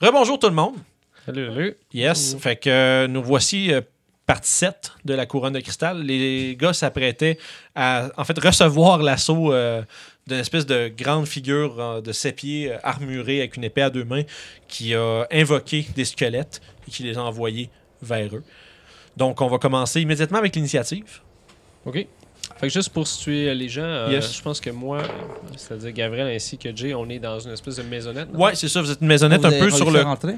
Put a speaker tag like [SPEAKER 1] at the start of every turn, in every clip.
[SPEAKER 1] Rebonjour tout le monde.
[SPEAKER 2] Salut, salut.
[SPEAKER 1] Yes. Fait que euh, nous voici euh, partie 7 de la couronne de cristal. Les gars s'apprêtaient à en fait recevoir l'assaut euh, d'une espèce de grande figure euh, de sépier euh, armurée avec une épée à deux mains qui a invoqué des squelettes et qui les a envoyés vers eux. Donc on va commencer immédiatement avec l'initiative.
[SPEAKER 2] OK. Fait que juste pour situer euh, les gens, euh,
[SPEAKER 1] Yes.
[SPEAKER 2] je pense que moi, euh, c'est-à-dire Gabriel ainsi que Jay, on est dans une espèce de maisonnette. non?
[SPEAKER 1] Ouais, c'est ça, vous êtes une maisonnette
[SPEAKER 3] Vous
[SPEAKER 1] un
[SPEAKER 3] allez-
[SPEAKER 1] peu
[SPEAKER 3] on
[SPEAKER 1] sur
[SPEAKER 3] les fait
[SPEAKER 1] le
[SPEAKER 3] rentrer?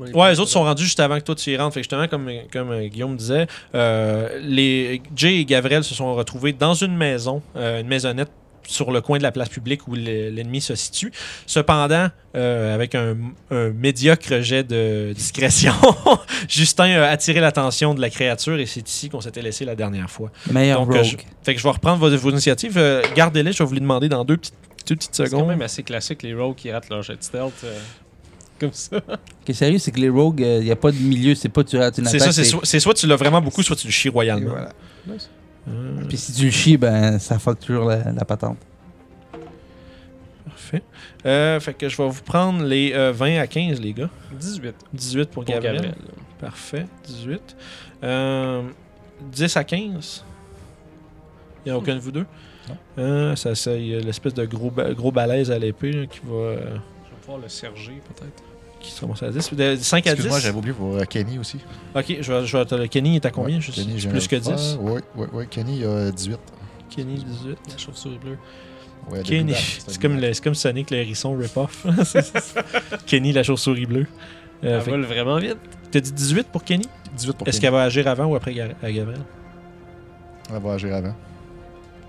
[SPEAKER 2] On est-
[SPEAKER 1] Ouais, les autres sont rendus juste avant que toi tu y rentres. Fait que justement, comme, comme euh, Guillaume disait, euh, les Jay et Gavrel se sont retrouvés dans une maison, euh, une maisonnette sur le coin de la place publique où le- l'ennemi se situe. Cependant, euh, avec un, un médiocre jet de discrétion, Justin a attiré l'attention de la créature et c'est ici qu'on s'était laissé la dernière fois.
[SPEAKER 3] Meilleur
[SPEAKER 1] Donc, euh,
[SPEAKER 3] rogue.
[SPEAKER 1] je, fait que je vais reprendre vos, vos initiatives. Euh, Gardez-les, je vais vous les demander dans deux petites, deux petites
[SPEAKER 2] C'est quand
[SPEAKER 1] secondes.
[SPEAKER 2] même assez classique, les rogues qui ratent leur jet de stealth. euh, comme ça.
[SPEAKER 3] Ce qui est sérieux, c'est que les rogues, il n'y a pas de milieu, c'est pas tu rates une
[SPEAKER 1] C'est ça,
[SPEAKER 3] attaque.
[SPEAKER 1] c'est soit, c'est soit tu l'as vraiment beaucoup, soit tu le chies
[SPEAKER 3] et
[SPEAKER 1] royalement.
[SPEAKER 3] voilà.
[SPEAKER 1] Hum.
[SPEAKER 3] Puis si tu le chies, ben, ça fuck toujours la, la patente.
[SPEAKER 1] Parfait. Euh, fait que je vais vous prendre les euh, 20 à 15, les gars.
[SPEAKER 2] 18
[SPEAKER 1] 18 pour,
[SPEAKER 2] pour
[SPEAKER 1] Gabriel.
[SPEAKER 2] Gabriel.
[SPEAKER 1] Parfait. 18. Euh, 10 à 15. Il n'y a aucun de vous deux.
[SPEAKER 3] Non.
[SPEAKER 1] Euh, ça, ça, il y a l'espèce de gros, ba- gros balèze à l'épée là, qui va. euh,
[SPEAKER 2] Je vais pouvoir le serger, peut-être.
[SPEAKER 1] qui se ramasse à 10. De 5 à 10.
[SPEAKER 4] Excuse-moi, j'avais oublié pour euh, Kenny aussi.
[SPEAKER 1] Ok, je vais, je vais te le- Kenny est à combien
[SPEAKER 4] Ouais,
[SPEAKER 1] Juste-
[SPEAKER 4] Kenny, j'ai
[SPEAKER 1] Plus
[SPEAKER 4] un
[SPEAKER 1] que
[SPEAKER 4] frère.
[SPEAKER 1] 10.
[SPEAKER 4] Oui, oui, oui. Kenny, euh, il a 18.
[SPEAKER 1] Kenny, 18.
[SPEAKER 2] La chauve-souris bleue.
[SPEAKER 4] Ouais, elle a
[SPEAKER 1] Kenny.
[SPEAKER 4] double date,
[SPEAKER 1] C'est comme, le- c'est comme Sonic le hérisson rip-off. C'est- c'est- Kenny, la chauve-souris bleue. Euh,
[SPEAKER 4] Ah,
[SPEAKER 2] Elle
[SPEAKER 1] fait
[SPEAKER 2] vole vraiment vite.
[SPEAKER 1] que T'as dit 18 pour Kenny
[SPEAKER 4] 18 pour
[SPEAKER 1] Est-ce
[SPEAKER 4] Kenny.
[SPEAKER 1] qu'elle va agir avant ou après Ga- à Gabriel?
[SPEAKER 4] Elle va agir avant.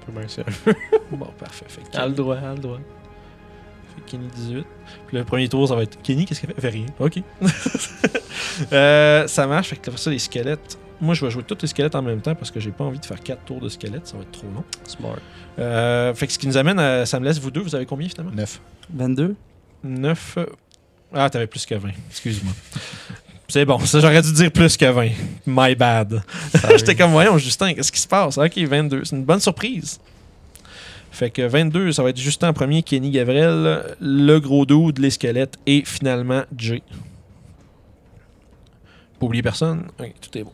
[SPEAKER 1] Bon, parfait. Fait que
[SPEAKER 2] Elle a le
[SPEAKER 1] Kenny,
[SPEAKER 2] droit, elle a le droit.
[SPEAKER 1] fait que Kenny 18. Puis le premier tour, ça va être Kenny, qu'est-ce qu'elle fait? Elle fait rien. Ok. Euh, ça marche. Fait que pour ça, les squelettes. Moi, je vais jouer tous les squelettes en même temps parce que j'ai pas envie de faire 4 tours de squelettes. Ça va être trop long.
[SPEAKER 2] Smart.
[SPEAKER 1] Euh, fait que ce qui nous amène à. Ça me laisse vous deux. Vous avez combien finalement
[SPEAKER 4] 9.
[SPEAKER 3] 22?
[SPEAKER 1] 9. Ah, t'avais plus que 20. Excuse-moi. C'est bon, ça j'aurais dû dire plus que 20. My bad. J'étais comme, voyons, Justin, qu'est-ce qui se passe? Ok, 22. C'est une bonne surprise. Fait que 22, ça va être Justin en premier, Kenny Gavrel, le gros dude, les squelettes et finalement Jay. Pas oublier personne. Ok, tout est bon.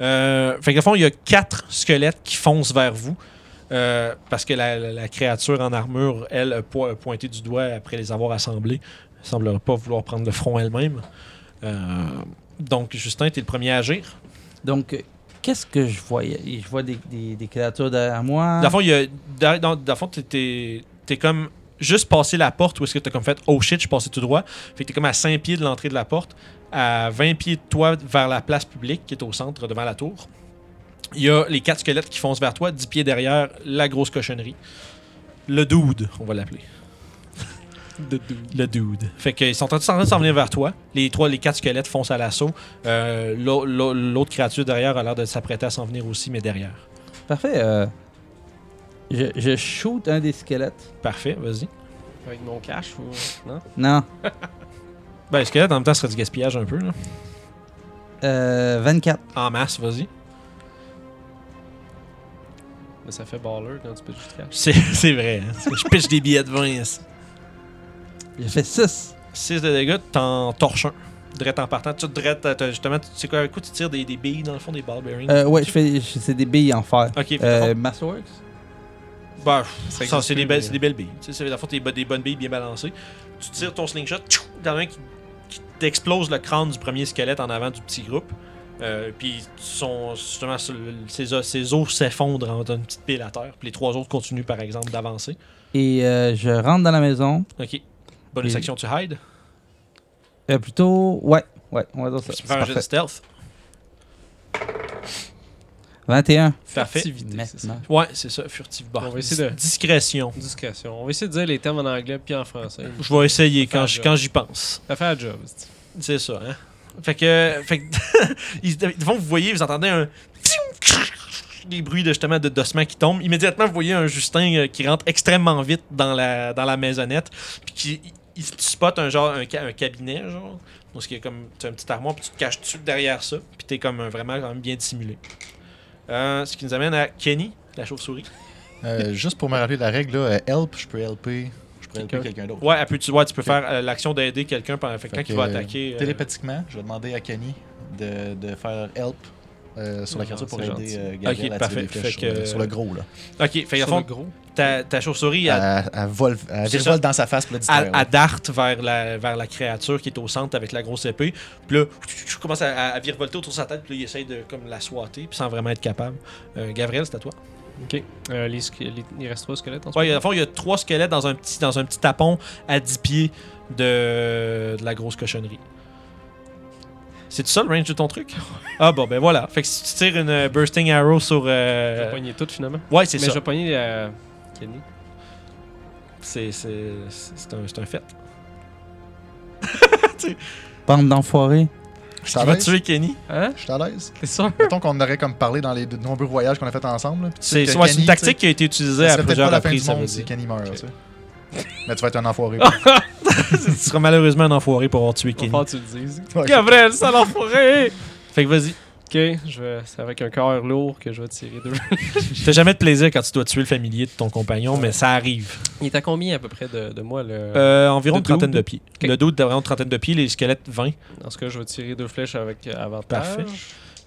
[SPEAKER 1] Euh, fait que, au fond, il y a quatre squelettes qui foncent vers vous. euh, parce que la, la- la créature en armure, elle, a po- a pointé du doigt après les avoir assemblés. Elle semble pas vouloir prendre le front elle-même. Euh, donc, Justin, t'es le premier à agir.
[SPEAKER 3] Donc, euh, qu'est-ce que je voyais? Je vois des, des, des créatures derrière moi.
[SPEAKER 1] Dans le fond, il y a- dans- dans- dans le fond, t'es- t'es t'es comme juste passé la porte ou est-ce que t'as comme fait oh shit, je suis passé tout droit. Fait que t'es comme à 5 pieds de l'entrée de la porte, à 20 pieds de toi vers la place publique qui est au centre devant la tour. Il y a les quatre squelettes qui foncent vers toi, 10 pieds derrière la grosse cochonnerie. Le dude, on va l'appeler.
[SPEAKER 2] De doux.
[SPEAKER 1] Le dude. Fait qu'ils sont en train de s'en venir vers toi. Les trois, les quatre squelettes foncent à l'assaut. Euh, l'au- l'au- L'autre créature derrière a l'air de s'apprêter à s'en venir aussi, mais derrière.
[SPEAKER 3] Parfait. euh, je, je shoot un des squelettes.
[SPEAKER 1] Parfait, vas-y.
[SPEAKER 2] Avec mon cash ou. Non?
[SPEAKER 3] Non.
[SPEAKER 1] Ben, les squelettes, en même temps, ce serait du gaspillage un peu, là.
[SPEAKER 3] Euh, 24.
[SPEAKER 1] En masse, vas-y.
[SPEAKER 2] Mais ça fait baller quand tu peux juste cash.
[SPEAKER 1] C'est, c'est vrai. hein. Je piche des billets de 20.
[SPEAKER 3] J'ai fait 6.
[SPEAKER 1] 6 de dégâts, t'en torches un. Drette en partant. Tu drettes, t'as- t'as- justement, tu tu sais quoi, avec quoi tu tires des, des billes dans le fond, des ball bearings.
[SPEAKER 3] Euh, ouais, je fais. je- C'est des billes en fer.
[SPEAKER 1] ok, fait que dans le
[SPEAKER 3] Euh,
[SPEAKER 1] fond,
[SPEAKER 3] Masterworks?
[SPEAKER 1] ben, pff, ça,
[SPEAKER 2] existe
[SPEAKER 1] c'est,
[SPEAKER 2] plus,
[SPEAKER 1] des belles,
[SPEAKER 2] mais-
[SPEAKER 1] c'est des belles billes. Tu sais, c'est- dans le fond, t'as des bo- des bonnes billes bien balancées. Tu tires ton slingshot, tchou, dans un qui, qui t'explose le crâne du premier squelette en avant du petit groupe. Euh, puis son, justement, sur le- ses, os- ses os s'effondrent en une petite pile à terre. Puis les trois autres continuent, par exemple, d'avancer.
[SPEAKER 3] Et euh, je rentre dans la maison.
[SPEAKER 1] Ok. Bonne
[SPEAKER 3] Et-
[SPEAKER 1] section, tu hides.
[SPEAKER 3] Euh, plutôt. Ouais. Ouais, on va dire ça.
[SPEAKER 1] Tu
[SPEAKER 3] C'est
[SPEAKER 1] peux faire un jeu de
[SPEAKER 3] parfait.
[SPEAKER 1] stealth.
[SPEAKER 3] 21.
[SPEAKER 1] Parfait.
[SPEAKER 2] Furtivité, c'est ça.
[SPEAKER 3] Maintenant.
[SPEAKER 1] Ouais, c'est ça, furtive. Bon,
[SPEAKER 2] On va essayer
[SPEAKER 1] dis-
[SPEAKER 2] de-
[SPEAKER 1] Discrétion.
[SPEAKER 2] Discrétion. On va essayer de dire les termes en anglais puis en français.
[SPEAKER 1] Je vais essayer quand,
[SPEAKER 2] Faire
[SPEAKER 1] j-
[SPEAKER 2] job.
[SPEAKER 1] quand j'y pense.
[SPEAKER 2] Ça fait la job. c'est-tu.
[SPEAKER 1] C'est ça, hein? Fait que. Fait que ils, ils vont- vous voyez, vous entendez un. Des bruits de, justement de d'ossements qui tombent. Immédiatement, vous voyez un Justin euh, qui rentre extrêmement vite dans la, dans la maisonnette. Puis qui il, il spot un genre un, ca- un cabinet, genre. Parce qu'il y a comme t'as un petit armoire, puis tu te caches dessus derrière ça. Puis t'es comme euh, vraiment quand même bien dissimulé. Euh, ce qui nous amène à Kenny, la chauve-souris.
[SPEAKER 4] Euh, juste pour me rappeler la règle, là, euh, help, je peux helper. Je
[SPEAKER 5] près, ou
[SPEAKER 2] Quelqu'un.
[SPEAKER 5] quelqu'un d'autre.
[SPEAKER 1] Ouais, elle peut- tu, ouais, tu peux faire euh, l'action d'aider quelqu'un pendant fait que
[SPEAKER 4] Fait
[SPEAKER 1] quand il
[SPEAKER 4] que,
[SPEAKER 1] va
[SPEAKER 4] euh,
[SPEAKER 1] attaquer. euh,
[SPEAKER 5] Télépathiquement, je vais demander à Kenny de, de faire help euh, sur la
[SPEAKER 2] Ah,
[SPEAKER 5] créature pour
[SPEAKER 2] c'est
[SPEAKER 5] aider
[SPEAKER 2] gentil.
[SPEAKER 5] euh, Gabriel
[SPEAKER 1] Ok,
[SPEAKER 5] à tirer
[SPEAKER 1] parfait.
[SPEAKER 5] des
[SPEAKER 1] Fait
[SPEAKER 5] flèches sur,
[SPEAKER 1] que-
[SPEAKER 5] le- sur le gros. Là.
[SPEAKER 1] Ok, fait qu'à
[SPEAKER 2] Sur le
[SPEAKER 1] fond,
[SPEAKER 2] gros.
[SPEAKER 1] ta, ta chauve-souris, elle,
[SPEAKER 4] Elle, elle vole, elle
[SPEAKER 1] C'est
[SPEAKER 5] vole
[SPEAKER 1] ça.
[SPEAKER 5] dans sa face pour le
[SPEAKER 1] elle-
[SPEAKER 5] distraire.
[SPEAKER 1] elle
[SPEAKER 5] là.
[SPEAKER 1] darte vers la, vers la créature qui est au centre avec la grosse épée. Puis là, je commence à, à virevolter autour de sa tête, puis là, il essaye de comme, la soiter, puis sans vraiment être capable. Euh, Gabriel, c'est à toi.
[SPEAKER 2] Ok. Euh, les squ- les- il reste trois squelettes en ce
[SPEAKER 1] Ouais, à
[SPEAKER 2] moment?
[SPEAKER 1] fond, il y a trois squelettes dans un petit, dans un petit tapon à 10 pieds de, de la grosse cochonnerie. C'est ça le range de ton truc? ah bon, ben voilà. Fait que si tu tires une euh, Bursting Arrow sur...
[SPEAKER 2] Je vais
[SPEAKER 1] euh,
[SPEAKER 2] pogner toutes finalement.
[SPEAKER 1] Ouais, c'est
[SPEAKER 2] Mais
[SPEAKER 1] ça.
[SPEAKER 2] je vais pogner euh, Kenny.
[SPEAKER 1] C'est, c'est, c'est, un, c'est un fait.
[SPEAKER 3] Bande d'enfoirés.
[SPEAKER 4] Ça
[SPEAKER 1] Tu vas
[SPEAKER 4] va,
[SPEAKER 1] tuer Kenny?
[SPEAKER 2] Hein?
[SPEAKER 4] Je suis à l'aise.
[SPEAKER 2] T'es sûr?
[SPEAKER 4] Mettons qu'on aurait comme parlé dans les de nombreux voyages qu'on a fait ensemble. là, puis tu sais
[SPEAKER 1] C'est,
[SPEAKER 4] que
[SPEAKER 1] ouais, c'est
[SPEAKER 4] Kenny,
[SPEAKER 1] une tactique qui a été
[SPEAKER 4] tu sais,
[SPEAKER 1] utilisée
[SPEAKER 4] ça
[SPEAKER 1] à
[SPEAKER 4] serait peut-être
[SPEAKER 1] plusieurs
[SPEAKER 4] pas la fin du
[SPEAKER 1] reprises, ça veut
[SPEAKER 4] monde si
[SPEAKER 1] dire.
[SPEAKER 4] Kenny meurt.
[SPEAKER 2] Ok.
[SPEAKER 4] tu sais. Mais tu vas être un enfoiré.
[SPEAKER 1] Ah, tu seras malheureusement un enfoiré pour avoir tué
[SPEAKER 2] Faut
[SPEAKER 1] Kenny.
[SPEAKER 2] pas que tu le dises.
[SPEAKER 4] Ouais.
[SPEAKER 2] Gabriel, ça l'enfoiré!
[SPEAKER 1] Fait que vas-y.
[SPEAKER 2] Ok, je vais... c'est avec un cœur lourd que je vais tirer deux.
[SPEAKER 1] T'as jamais de plaisir quand tu dois tuer le familier de ton compagnon, mais ça arrive.
[SPEAKER 2] Il est à combien à peu près de, de moi le.
[SPEAKER 1] Euh, environ
[SPEAKER 2] Le
[SPEAKER 1] une trentaine
[SPEAKER 2] dude.
[SPEAKER 1] de pieds.
[SPEAKER 2] Ok.
[SPEAKER 1] Le dos environ une trentaine de pieds, les squelettes 20.
[SPEAKER 2] Dans ce cas, je vais tirer deux flèches avec euh, avantage.
[SPEAKER 1] Parfait.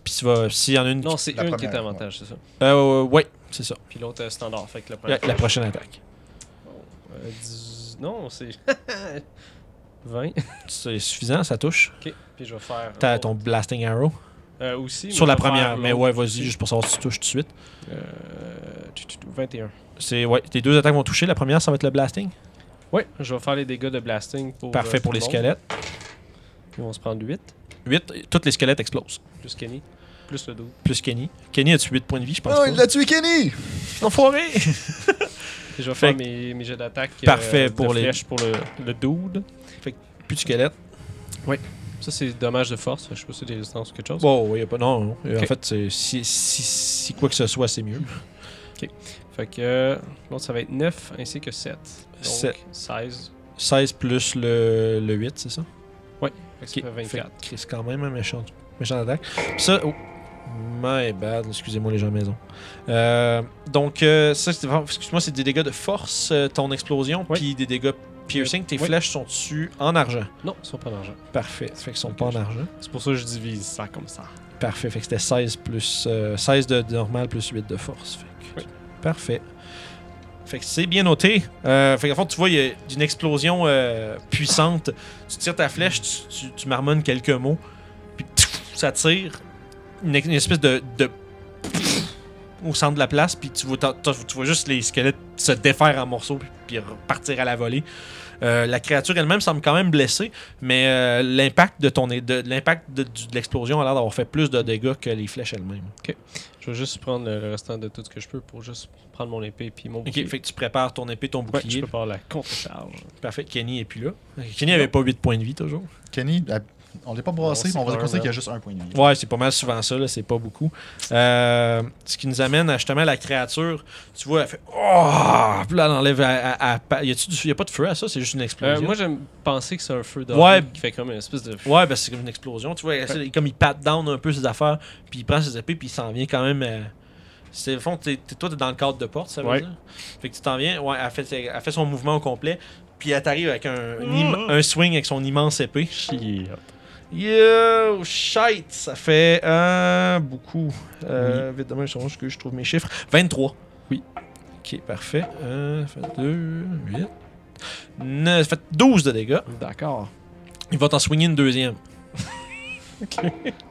[SPEAKER 1] Puis tu vas. S'il y en a une.
[SPEAKER 2] Non, c'est
[SPEAKER 4] La
[SPEAKER 2] une qui est
[SPEAKER 4] première,
[SPEAKER 2] avantage, c'est ça.
[SPEAKER 1] Euh, ouais, c'est ça.
[SPEAKER 2] Puis l'autre euh, standard, fait que la
[SPEAKER 1] La,
[SPEAKER 2] première.
[SPEAKER 1] la prochaine attaque.
[SPEAKER 2] Euh, dix- Non, c'est. 20.
[SPEAKER 1] C'est suffisant, ça touche.
[SPEAKER 2] Ok, puis je vais faire.
[SPEAKER 1] T'as ton Blasting Arrow.
[SPEAKER 2] Euh, aussi.
[SPEAKER 1] Sur la
[SPEAKER 2] mais je vais
[SPEAKER 1] première,
[SPEAKER 2] faire
[SPEAKER 1] mais
[SPEAKER 2] l'autre.
[SPEAKER 1] ouais, vas-y, juste pour savoir si tu touches tout de suite.
[SPEAKER 2] Euh, tu- tu- tu- 21.
[SPEAKER 1] C'est, ouais, tes deux attaques vont toucher. La première, ça va être le Blasting.
[SPEAKER 2] Ouais, je vais faire les dégâts de blasting pour.
[SPEAKER 1] Parfait
[SPEAKER 2] euh,
[SPEAKER 1] pour
[SPEAKER 2] tout
[SPEAKER 1] les
[SPEAKER 2] le monde.
[SPEAKER 1] squelettes.
[SPEAKER 2] Ils vont se prendre 8,
[SPEAKER 1] 8, toutes les squelettes explosent.
[SPEAKER 2] plus Kenny, plus le 12.
[SPEAKER 1] Plus Kenny. Kenny a-tu 8 points de vie, je pense.
[SPEAKER 4] Non,
[SPEAKER 1] pas.
[SPEAKER 4] il l'a tué, Kenny!
[SPEAKER 1] Enfoiré!
[SPEAKER 2] Puis je vais
[SPEAKER 1] Fait
[SPEAKER 2] faire
[SPEAKER 1] que-
[SPEAKER 2] mes, mes jets d'attaque. euh,
[SPEAKER 1] Parfait
[SPEAKER 2] de
[SPEAKER 1] pour les-
[SPEAKER 2] flèches pour le, le dude.
[SPEAKER 1] Plus de squelettes.
[SPEAKER 2] Ça, c'est dommage de force. Je sais pas si c'est des résistances ou quelque chose.
[SPEAKER 1] Bon, il a pas. Non, non. Euh, En
[SPEAKER 2] Ok.
[SPEAKER 1] fait, c'est- si, si, si quoi que ce soit, c'est mieux.
[SPEAKER 2] Fait que euh, l'autre, ça va être 9 ainsi que 7. Donc
[SPEAKER 1] Sept.
[SPEAKER 2] 16.
[SPEAKER 1] 16 plus le, le 8, c'est ça?
[SPEAKER 2] Fait que
[SPEAKER 1] Ok.
[SPEAKER 2] ça fait
[SPEAKER 1] Fait
[SPEAKER 2] 24.
[SPEAKER 1] que C'est quand même un méchant, méchant attaque. Puis ça, oh, my bad, excusez-moi les gens à la maison. Euh, donc, euh, ça, c'est- excuse-moi, c'est des dégâts de force, euh, ton explosion,
[SPEAKER 2] Oui.
[SPEAKER 1] puis des dégâts piercing. Tes
[SPEAKER 2] Oui.
[SPEAKER 1] flèches sont dessus en argent.
[SPEAKER 2] Non, ils sont pas d'argent.
[SPEAKER 1] Parfait. Fait qu'ils sont
[SPEAKER 2] Ok,
[SPEAKER 1] pas en
[SPEAKER 2] je-
[SPEAKER 1] argent.
[SPEAKER 2] C'est pour ça que je divise ça comme ça.
[SPEAKER 1] Parfait. Fait que c'était 16 plus euh, 16 de de normal plus 8 de force. Fait que-
[SPEAKER 2] Oui.
[SPEAKER 1] Parfait. Fait que c'est bien noté. Euh, fait qu'en fond, tu vois, il y a une explosion euh, puissante. Tu tires ta flèche, tu, tu- tu marmonnes quelques mots, puis tchouf, ça tire une, une espèce de, de pff au centre de la place, puis tu vois, t'as- t'as- tu vois juste les squelettes se défaire en morceaux, puis, puis repartir à la volée. Euh, la créature elle-même semble quand même blessée, mais euh, l'impact de ton de, de l'impact de, du- de l'explosion a l'air d'avoir fait plus de dégâts que les flèches elles-mêmes.
[SPEAKER 2] Je vais juste prendre le le restant de tout ce que je peux pour juste prendre mon épée puis mon
[SPEAKER 1] Ok,
[SPEAKER 2] bouclier.
[SPEAKER 1] fait que tu prépares ton épée, ton
[SPEAKER 2] Ouais, je
[SPEAKER 1] bouclier.
[SPEAKER 2] peux faire la contre-charge.
[SPEAKER 1] Parfait, Kenny est plus là. Euh, Kenny avait pas 8 points de vie toujours.
[SPEAKER 4] Kenny, elle- on l'a pas brassé,
[SPEAKER 2] Non, c'est
[SPEAKER 4] mais on va
[SPEAKER 2] pas
[SPEAKER 4] considérer
[SPEAKER 2] un,
[SPEAKER 4] qu'il y a juste un point de vie.
[SPEAKER 1] Ouais, c'est pas mal souvent ça, là, c'est pas beaucoup. Euh, ce qui nous amène à justement la créature. Tu vois, elle fait Oh Puis là, elle enlève. à- à- à- pa- y a-tu du- y a pas de feu à ça, c'est juste une
[SPEAKER 2] Euh,
[SPEAKER 1] explosion.
[SPEAKER 2] moi, j'aime penser que c'est un feu d'or
[SPEAKER 1] Ouais.
[SPEAKER 2] qui fait comme une espèce de.
[SPEAKER 1] Ouais, ben c'est comme une explosion. Tu vois, elle essaie- comme il pat down un peu ses affaires, puis il prend ses épées, puis il s'en vient quand même. euh, c'est au fond, t'es- t'es- toi, t'es dans le cadre de porte, ça veut
[SPEAKER 2] Ouais.
[SPEAKER 1] dire. Fait que tu t'en viens, ouais, elle fait, elle fait son mouvement au complet, puis elle t'arrive avec un, un
[SPEAKER 2] Oh.
[SPEAKER 1] im- un swing avec son immense épée.
[SPEAKER 2] Shit.
[SPEAKER 1] Yo, shit! Ça fait euh, beaucoup. Euh, Vite demain, je que je trouve mes chiffres. 23.
[SPEAKER 2] Oui.
[SPEAKER 1] Ok, parfait. Euh, ça fait 2, 8. ça fait 12 de dégâts.
[SPEAKER 2] D'accord.
[SPEAKER 1] Il va t'en swinguer une deuxième.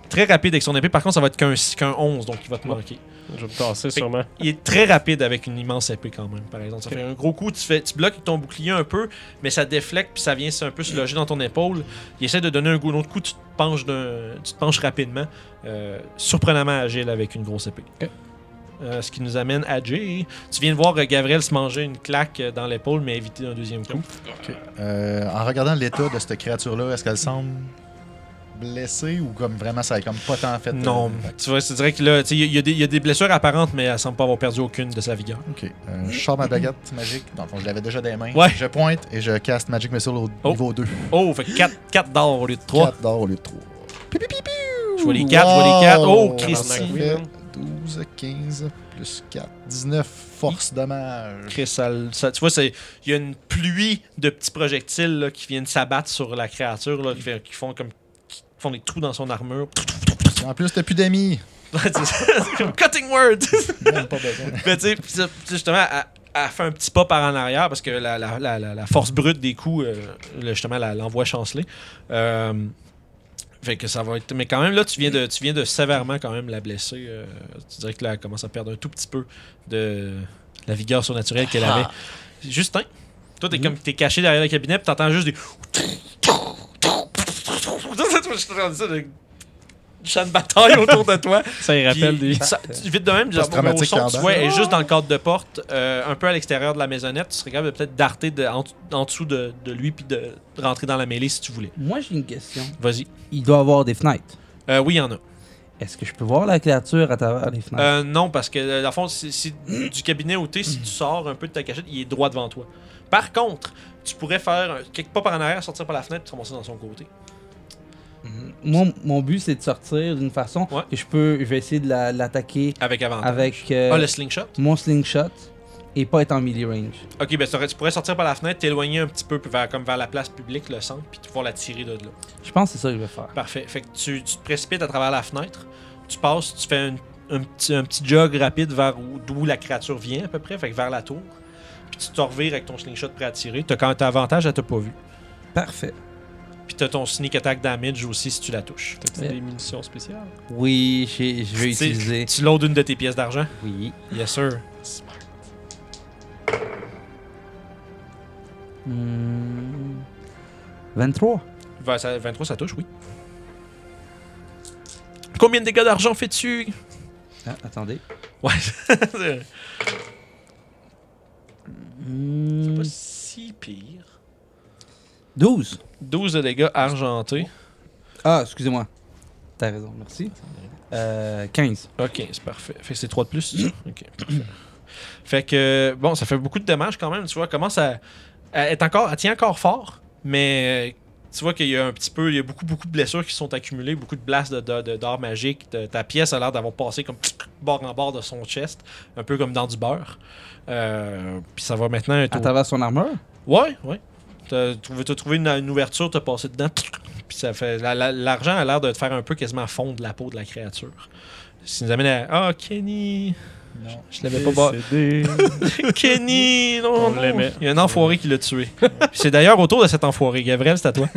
[SPEAKER 1] Très rapide avec son épée. Par contre, ça va être qu'un qu'un 11, donc il va te
[SPEAKER 2] Ouais.
[SPEAKER 1] manquer.
[SPEAKER 2] Je vais me tasser
[SPEAKER 1] Fait-
[SPEAKER 2] sûrement.
[SPEAKER 1] Il est très rapide avec une immense épée quand même, par exemple. Ça
[SPEAKER 2] Ok.
[SPEAKER 1] fait un gros coup, tu, fais, tu bloques avec ton bouclier un peu, mais ça déflecte puis ça vient un peu se loger dans ton épaule. Il essaie de donner un, goût, un autre coup, tu te penches, d'un- tu te penches rapidement. Euh, surprenamment agile avec une grosse épée.
[SPEAKER 2] Ok.
[SPEAKER 1] Euh, ce qui nous amène à Jay. Tu viens de voir euh, Gabriel se manger une claque euh, dans l'épaule, mais éviter un deuxième coup.
[SPEAKER 4] Euh, en regardant l'état de cette créature-là, est-ce qu'elle semble blessée ou comme vraiment ça a comme pas tant fait? euh,
[SPEAKER 1] Non,
[SPEAKER 4] d'impact?
[SPEAKER 1] tu vois, c'est vrai que là, tu sais, il y, a- il y a des- il y a des blessures apparentes, mais elle semble pas avoir perdu aucune de sa vigueur.
[SPEAKER 4] Ok. Euh, je sors ma baguette magique. Dans le fond, je l'avais déjà dans les mains.
[SPEAKER 1] Ouais.
[SPEAKER 4] Je pointe et je caste Magic Missile au
[SPEAKER 1] Oh.
[SPEAKER 4] niveau 2.
[SPEAKER 1] Oh, fait 4, 4 d'or au lieu de 3.
[SPEAKER 4] 4 d'or au lieu de 3.
[SPEAKER 1] Je vois les 4, je vois les 4. Oh,
[SPEAKER 2] Christy.
[SPEAKER 1] Christy.
[SPEAKER 2] Tabarnak, oui.
[SPEAKER 4] 12, 15, plus 4, 19, force dommage.
[SPEAKER 1] Chris, ça le- ça- tu vois, c'est- il y a une pluie de petits projectiles là, qui viennent s'abattre sur la créature, là, qui, fait- qui font comme qui font des trous dans son armure.
[SPEAKER 4] En plus, t'as plus d'amis.
[SPEAKER 1] c'est comme cutting word.
[SPEAKER 4] Même pas besoin.
[SPEAKER 1] Mais tu sais, pis ça, tu sais, justement, elle, elle fait un petit pas par en arrière parce que la, la- la- la- la force brute des coups, euh, là, justement, la- l'envoie chanceler. Euh, fait que ça va être. Mais quand même, là, tu viens de, tu viens de sévèrement quand même la blesser. euh, tu dirais que là, elle commence à perdre un tout petit peu de la vigueur surnaturelle qu'elle avait. Justin, toi, t'es comme t'es caché derrière le cabinet, pis t'entends juste des. Je suis en train de dire, de- champ de bataille autour de toi.
[SPEAKER 2] Ça, il rappelle
[SPEAKER 1] Puis,
[SPEAKER 2] des.
[SPEAKER 1] ça- tu- vite de même, genre, mais au
[SPEAKER 4] Post-traumatique
[SPEAKER 1] son, tu
[SPEAKER 4] en
[SPEAKER 1] vois,
[SPEAKER 4] bas.
[SPEAKER 1] elle est juste dans le cadre de porte, euh, un peu à l'extérieur de la maisonnette. Tu serais capable de peut-être darter de- en, en dessous de, de lui puis de rentrer dans la mêlée si tu voulais.
[SPEAKER 3] Moi, j'ai une question.
[SPEAKER 1] Vas-y.
[SPEAKER 3] Il doit avoir des fenêtres.
[SPEAKER 1] Euh, oui, il y en a.
[SPEAKER 3] Est-ce que je peux voir la créature à travers les fenêtres?
[SPEAKER 1] Euh, non, parce que, euh, dans le fond, si- si- du cabinet où t'es, si tu sors un peu de ta cachette, il est droit devant toi. Par contre, tu pourrais faire un- quelques pas par en arrière, sortir par la fenêtre et te ramasser dans son côté.
[SPEAKER 3] Mhm. Moi, mon but, c'est de sortir d'une façon
[SPEAKER 1] Ouais.
[SPEAKER 3] que je peux... Je vais essayer de la- l'attaquer
[SPEAKER 1] Avec avantage.
[SPEAKER 3] avec euh,
[SPEAKER 1] Ah, le slingshot?
[SPEAKER 3] mon slingshot et pas être en melee range.
[SPEAKER 1] Ok, ben, tu aurais- tu pourrais sortir par la fenêtre, t'éloigner un petit peu puis vers, comme vers la place publique, le centre, puis pouvoir la tirer de là.
[SPEAKER 3] Je pense que c'est ça que je vais faire.
[SPEAKER 1] Parfait. Fait que tu, tu te précipites à travers la fenêtre, tu passes, tu fais une- un, petit, un petit jog rapide vers où- d'où la créature vient à peu près, fait que vers la tour. Puis tu te revires avec ton slingshot prêt à tirer. T'as quand t'as avantage, elle t'a pas vu.
[SPEAKER 3] Parfait.
[SPEAKER 1] Puis t'as ton sneak attack damage aussi si tu la touches.
[SPEAKER 2] T'as-tu
[SPEAKER 3] Ouais.
[SPEAKER 2] des munitions spéciales?
[SPEAKER 3] Oui, j'ai- je vais
[SPEAKER 1] Tu sais,
[SPEAKER 3] utiliser.
[SPEAKER 1] Tu loads une de tes pièces d'argent?
[SPEAKER 3] Oui.
[SPEAKER 1] Yes sir.
[SPEAKER 3] Hmm. 23.
[SPEAKER 1] Va- ça- 23, ça touche, oui. Combien de dégâts d'argent fais-tu?
[SPEAKER 3] Ah, attendez.
[SPEAKER 1] Ouais. c'est
[SPEAKER 3] Hmm.
[SPEAKER 1] pas si pire.
[SPEAKER 3] 12.
[SPEAKER 1] 12 de dégâts argentés.
[SPEAKER 3] Ah, excusez-moi. T'as raison, merci. Euh, 15.
[SPEAKER 1] Ok, c'est parfait. Fait que c'est 3 de plus, c'est ça? Ok, parfait. Fait que, euh, bon, ça fait beaucoup de dommages quand même, tu vois. Commence à. Elle, est encore, elle tient encore fort, mais euh, tu vois qu'il y a un petit peu. Il y a beaucoup, beaucoup de blessures qui sont accumulées, beaucoup de blasts de- de- de- d'or magique. De- ta pièce a l'air d'avoir passé comme bord en bord de son chest, un peu comme dans du beurre. Euh, Puis ça va maintenant être.
[SPEAKER 3] À
[SPEAKER 1] au-
[SPEAKER 3] travers son armure?
[SPEAKER 1] Ouais, ouais. T'as trouvé, t'as trouvé une, une ouverture, t'as passé dedans. Puis ça fait. la- la- L'argent a l'air de te faire un peu quasiment fondre la peau de la créature. Ça nous amène à. Ah, Kenny!
[SPEAKER 4] Non.
[SPEAKER 1] Je l'avais pas bas. Kenny! Non,
[SPEAKER 2] On
[SPEAKER 1] non.
[SPEAKER 2] l'aimait.
[SPEAKER 1] Il y a un enfoiré qui l'a tué. Puis c'est d'ailleurs autour de cet enfoiré. Gabriel, c'est à toi.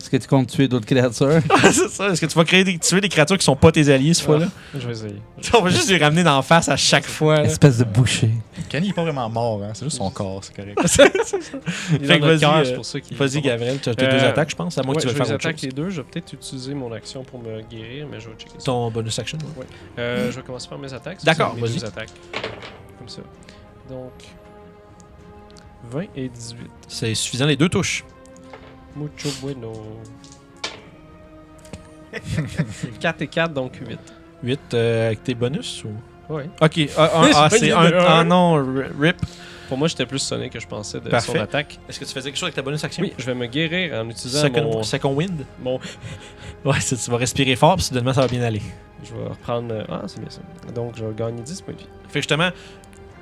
[SPEAKER 3] Est-ce que tu comptes tuer d'autres créatures?
[SPEAKER 1] c'est ça. Est-ce que tu vas créer des, tuer des créatures qui sont pas tes alliés cette fois-là?
[SPEAKER 2] Je vais essayer.
[SPEAKER 1] On va juste les ramener d'en face à chaque fois. là.
[SPEAKER 3] Espèce de boucher.
[SPEAKER 4] Kenny est pas vraiment mort, hein. c'est juste son corps, c'est correct.
[SPEAKER 2] Il
[SPEAKER 1] Fait
[SPEAKER 2] fait
[SPEAKER 1] que vas-y, euh,
[SPEAKER 2] que pour ça qu'il.
[SPEAKER 1] Vas-y, Gabriel, tu as tes
[SPEAKER 2] Euh,
[SPEAKER 1] deux attaques, je pense. À moins
[SPEAKER 2] Ouais,
[SPEAKER 1] que tu
[SPEAKER 2] je
[SPEAKER 1] veux
[SPEAKER 2] vais
[SPEAKER 1] faire
[SPEAKER 2] les
[SPEAKER 1] autre
[SPEAKER 2] attaquer
[SPEAKER 1] chose.
[SPEAKER 2] les deux. Je vais peut-être utiliser mon action pour me guérir, mais je vais checker ça.
[SPEAKER 1] Ton bonus action. ouais.
[SPEAKER 2] Euh, je vais commencer par mes attaques. ça,
[SPEAKER 1] D'accord,
[SPEAKER 2] c'est mes
[SPEAKER 1] vas-y.
[SPEAKER 2] deux attaques. Comme ça. Donc, 20 et 18.
[SPEAKER 1] C'est suffisant, les deux touches.
[SPEAKER 2] Mucho bueno. 4 et 4, donc 8.
[SPEAKER 1] 8 euh, avec tes bonus ou.
[SPEAKER 2] Ouais.
[SPEAKER 1] Ok, ah, un-
[SPEAKER 2] J'ai
[SPEAKER 1] ah,
[SPEAKER 2] pas
[SPEAKER 1] c'est
[SPEAKER 2] dit
[SPEAKER 1] un.
[SPEAKER 2] de
[SPEAKER 1] Ah
[SPEAKER 2] un.
[SPEAKER 1] non, ri- rip.
[SPEAKER 2] Pour moi, j'étais plus sonné que je pensais de
[SPEAKER 1] Parfait.
[SPEAKER 2] son attaque.
[SPEAKER 1] Est-ce que tu faisais quelque chose avec ta bonus action
[SPEAKER 2] Oui, je vais me guérir en utilisant
[SPEAKER 1] Second,
[SPEAKER 2] mon,
[SPEAKER 1] second wind
[SPEAKER 2] mon-
[SPEAKER 1] Ouais, c'est- tu vas respirer fort, puis soudainement, ça va bien aller.
[SPEAKER 2] Je vais reprendre... euh, Ah, c'est bien ça. Donc, je vais gagner 10 points de vie.
[SPEAKER 1] Fait que justement,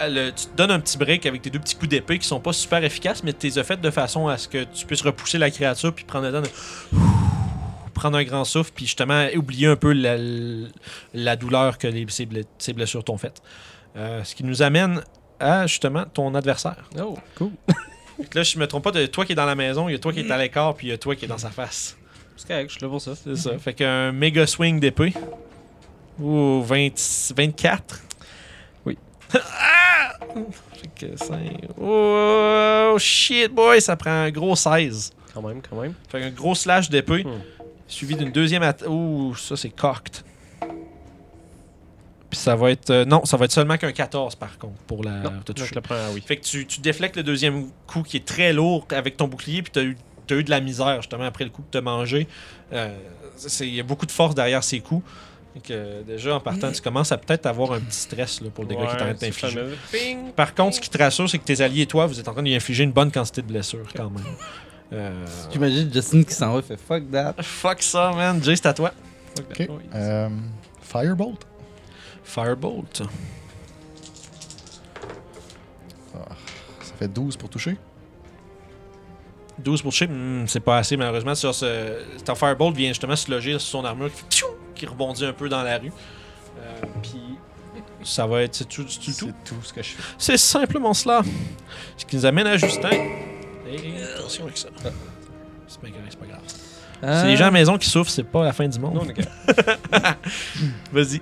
[SPEAKER 1] le- tu te donnes un petit break avec tes deux petits coups d'épée qui sont pas super efficaces, mais tu les as faits de façon à ce que tu puisses repousser la créature puis prendre le temps de prendre un grand souffle puis justement oublier un peu la, la douleur que les- ces, ble- ces blessures t'ont faite. Euh, ce qui nous amène à justement ton adversaire.
[SPEAKER 2] Oh, cool.
[SPEAKER 1] Fait que là, je me trompe pas, de toi qui est dans la maison, il y a toi qui est à l'écart puis il y a toi qui est dans sa face.
[SPEAKER 2] C'est correct, je suis là pour ça.
[SPEAKER 1] C'est ça. Fait qu'un méga swing d'épée. Ouh, 20 24.
[SPEAKER 2] Oui.
[SPEAKER 1] ah! Fait que cinq. Oh shit, boy, ça prend un gros 16.
[SPEAKER 2] Quand même, quand même.
[SPEAKER 1] Fait qu'un gros slash d'épée,
[SPEAKER 2] Hmm.
[SPEAKER 1] suivi d'une deuxième attaque. Ouh, ça c'est cocked. Puis ça va être. euh, non, ça va être seulement qu'un 14 par contre pour la.
[SPEAKER 2] Non,
[SPEAKER 1] te
[SPEAKER 2] donc
[SPEAKER 1] toucher.
[SPEAKER 2] je le prends à oui.
[SPEAKER 1] Fait que tu, tu déflectes le deuxième coup qui est très lourd avec ton bouclier, puis t'as eu, t'as eu de la misère justement après le coup que t'as mangé. Euh, c'est- Il y a beaucoup de force derrière ces coups. Fait que, euh, déjà en partant, tu commences à peut-être avoir un petit stress là, pour le dégât qui est en train de t'infliger.
[SPEAKER 2] Ping!
[SPEAKER 1] Par contre, ce qui te rassure, c'est que tes alliés et toi, vous êtes en train de lui infliger une bonne quantité de blessures quand même. Euh,
[SPEAKER 3] J'imagine Justin qui s'en va fait fuck that.
[SPEAKER 1] Fuck ça, man. Jay, c'est à toi.
[SPEAKER 4] Ok. Euh, Firebolt.
[SPEAKER 1] Firebolt.
[SPEAKER 4] Ça fait 12 pour toucher.
[SPEAKER 1] 12 pour toucher, hmm, c'est pas assez malheureusement. Sur ce, ta Firebolt vient justement se loger sur son armure qui, fait tchou qui rebondit un peu dans la rue. Euh, Puis ça va être c'est tout, c'est tout, tout.
[SPEAKER 4] C'est tout ce que je fais.
[SPEAKER 1] C'est simplement cela. Ce qui nous amène à Justin. Et attention avec ça.
[SPEAKER 4] Ah.
[SPEAKER 1] C'est pas grave, c'est pas grave. C'est les gens à la maison qui souffrent, c'est pas la fin du monde.
[SPEAKER 2] Non, on est capable.
[SPEAKER 1] Vas-y.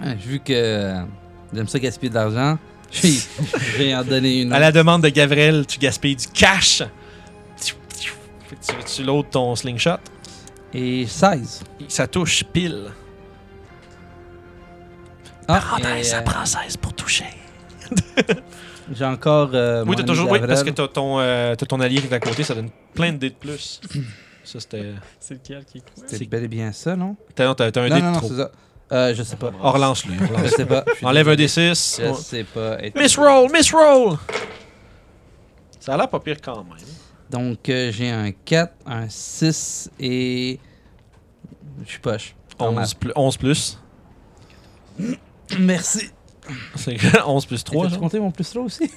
[SPEAKER 3] Ah, Vu que j'aime ça gaspiller de l'argent, je vais- je vais en donner une.
[SPEAKER 1] À la demande de Gavrel, tu gaspilles du cash. Tchou, tchou. Fait que tu, tu loads ton slingshot.
[SPEAKER 3] Et 16.
[SPEAKER 1] Et ça touche pile.
[SPEAKER 3] Ah, et,
[SPEAKER 1] ça
[SPEAKER 3] euh,
[SPEAKER 1] prend 16 pour toucher.
[SPEAKER 3] J'ai encore. euh,
[SPEAKER 1] Oui,
[SPEAKER 3] mon
[SPEAKER 1] t'as
[SPEAKER 3] ami
[SPEAKER 1] toujours. Oui,
[SPEAKER 3] Gavrel.
[SPEAKER 1] parce que t'as ton, euh, t'as ton allié qui est à côté, ça donne plein de dés de plus. Ça, c'était.
[SPEAKER 2] C'est lequel qui est
[SPEAKER 3] C'est
[SPEAKER 1] c'est-
[SPEAKER 3] bel et bien ça, non?
[SPEAKER 1] T'as, non, t'as, t'as un
[SPEAKER 3] non,
[SPEAKER 1] dé
[SPEAKER 3] non,
[SPEAKER 1] de
[SPEAKER 3] non,
[SPEAKER 1] trop.
[SPEAKER 3] c'est ça. Euh, je sais pas.
[SPEAKER 1] Or, relance-lui.
[SPEAKER 3] Je
[SPEAKER 1] relance-lui.
[SPEAKER 3] sais pas. je suis
[SPEAKER 1] Enlève un
[SPEAKER 3] désolé.
[SPEAKER 1] des 6.
[SPEAKER 3] Je sais pas. être-
[SPEAKER 1] Miss roll, miss roll! Ça a l'air pas pire quand même.
[SPEAKER 3] Donc, euh, j'ai un 4, un 6 et. Je suis poche. En
[SPEAKER 1] 11, plus- 11 plus.
[SPEAKER 3] maths. Merci.
[SPEAKER 1] C'est 11 plus 3.
[SPEAKER 3] Tu compté mon plus 3 aussi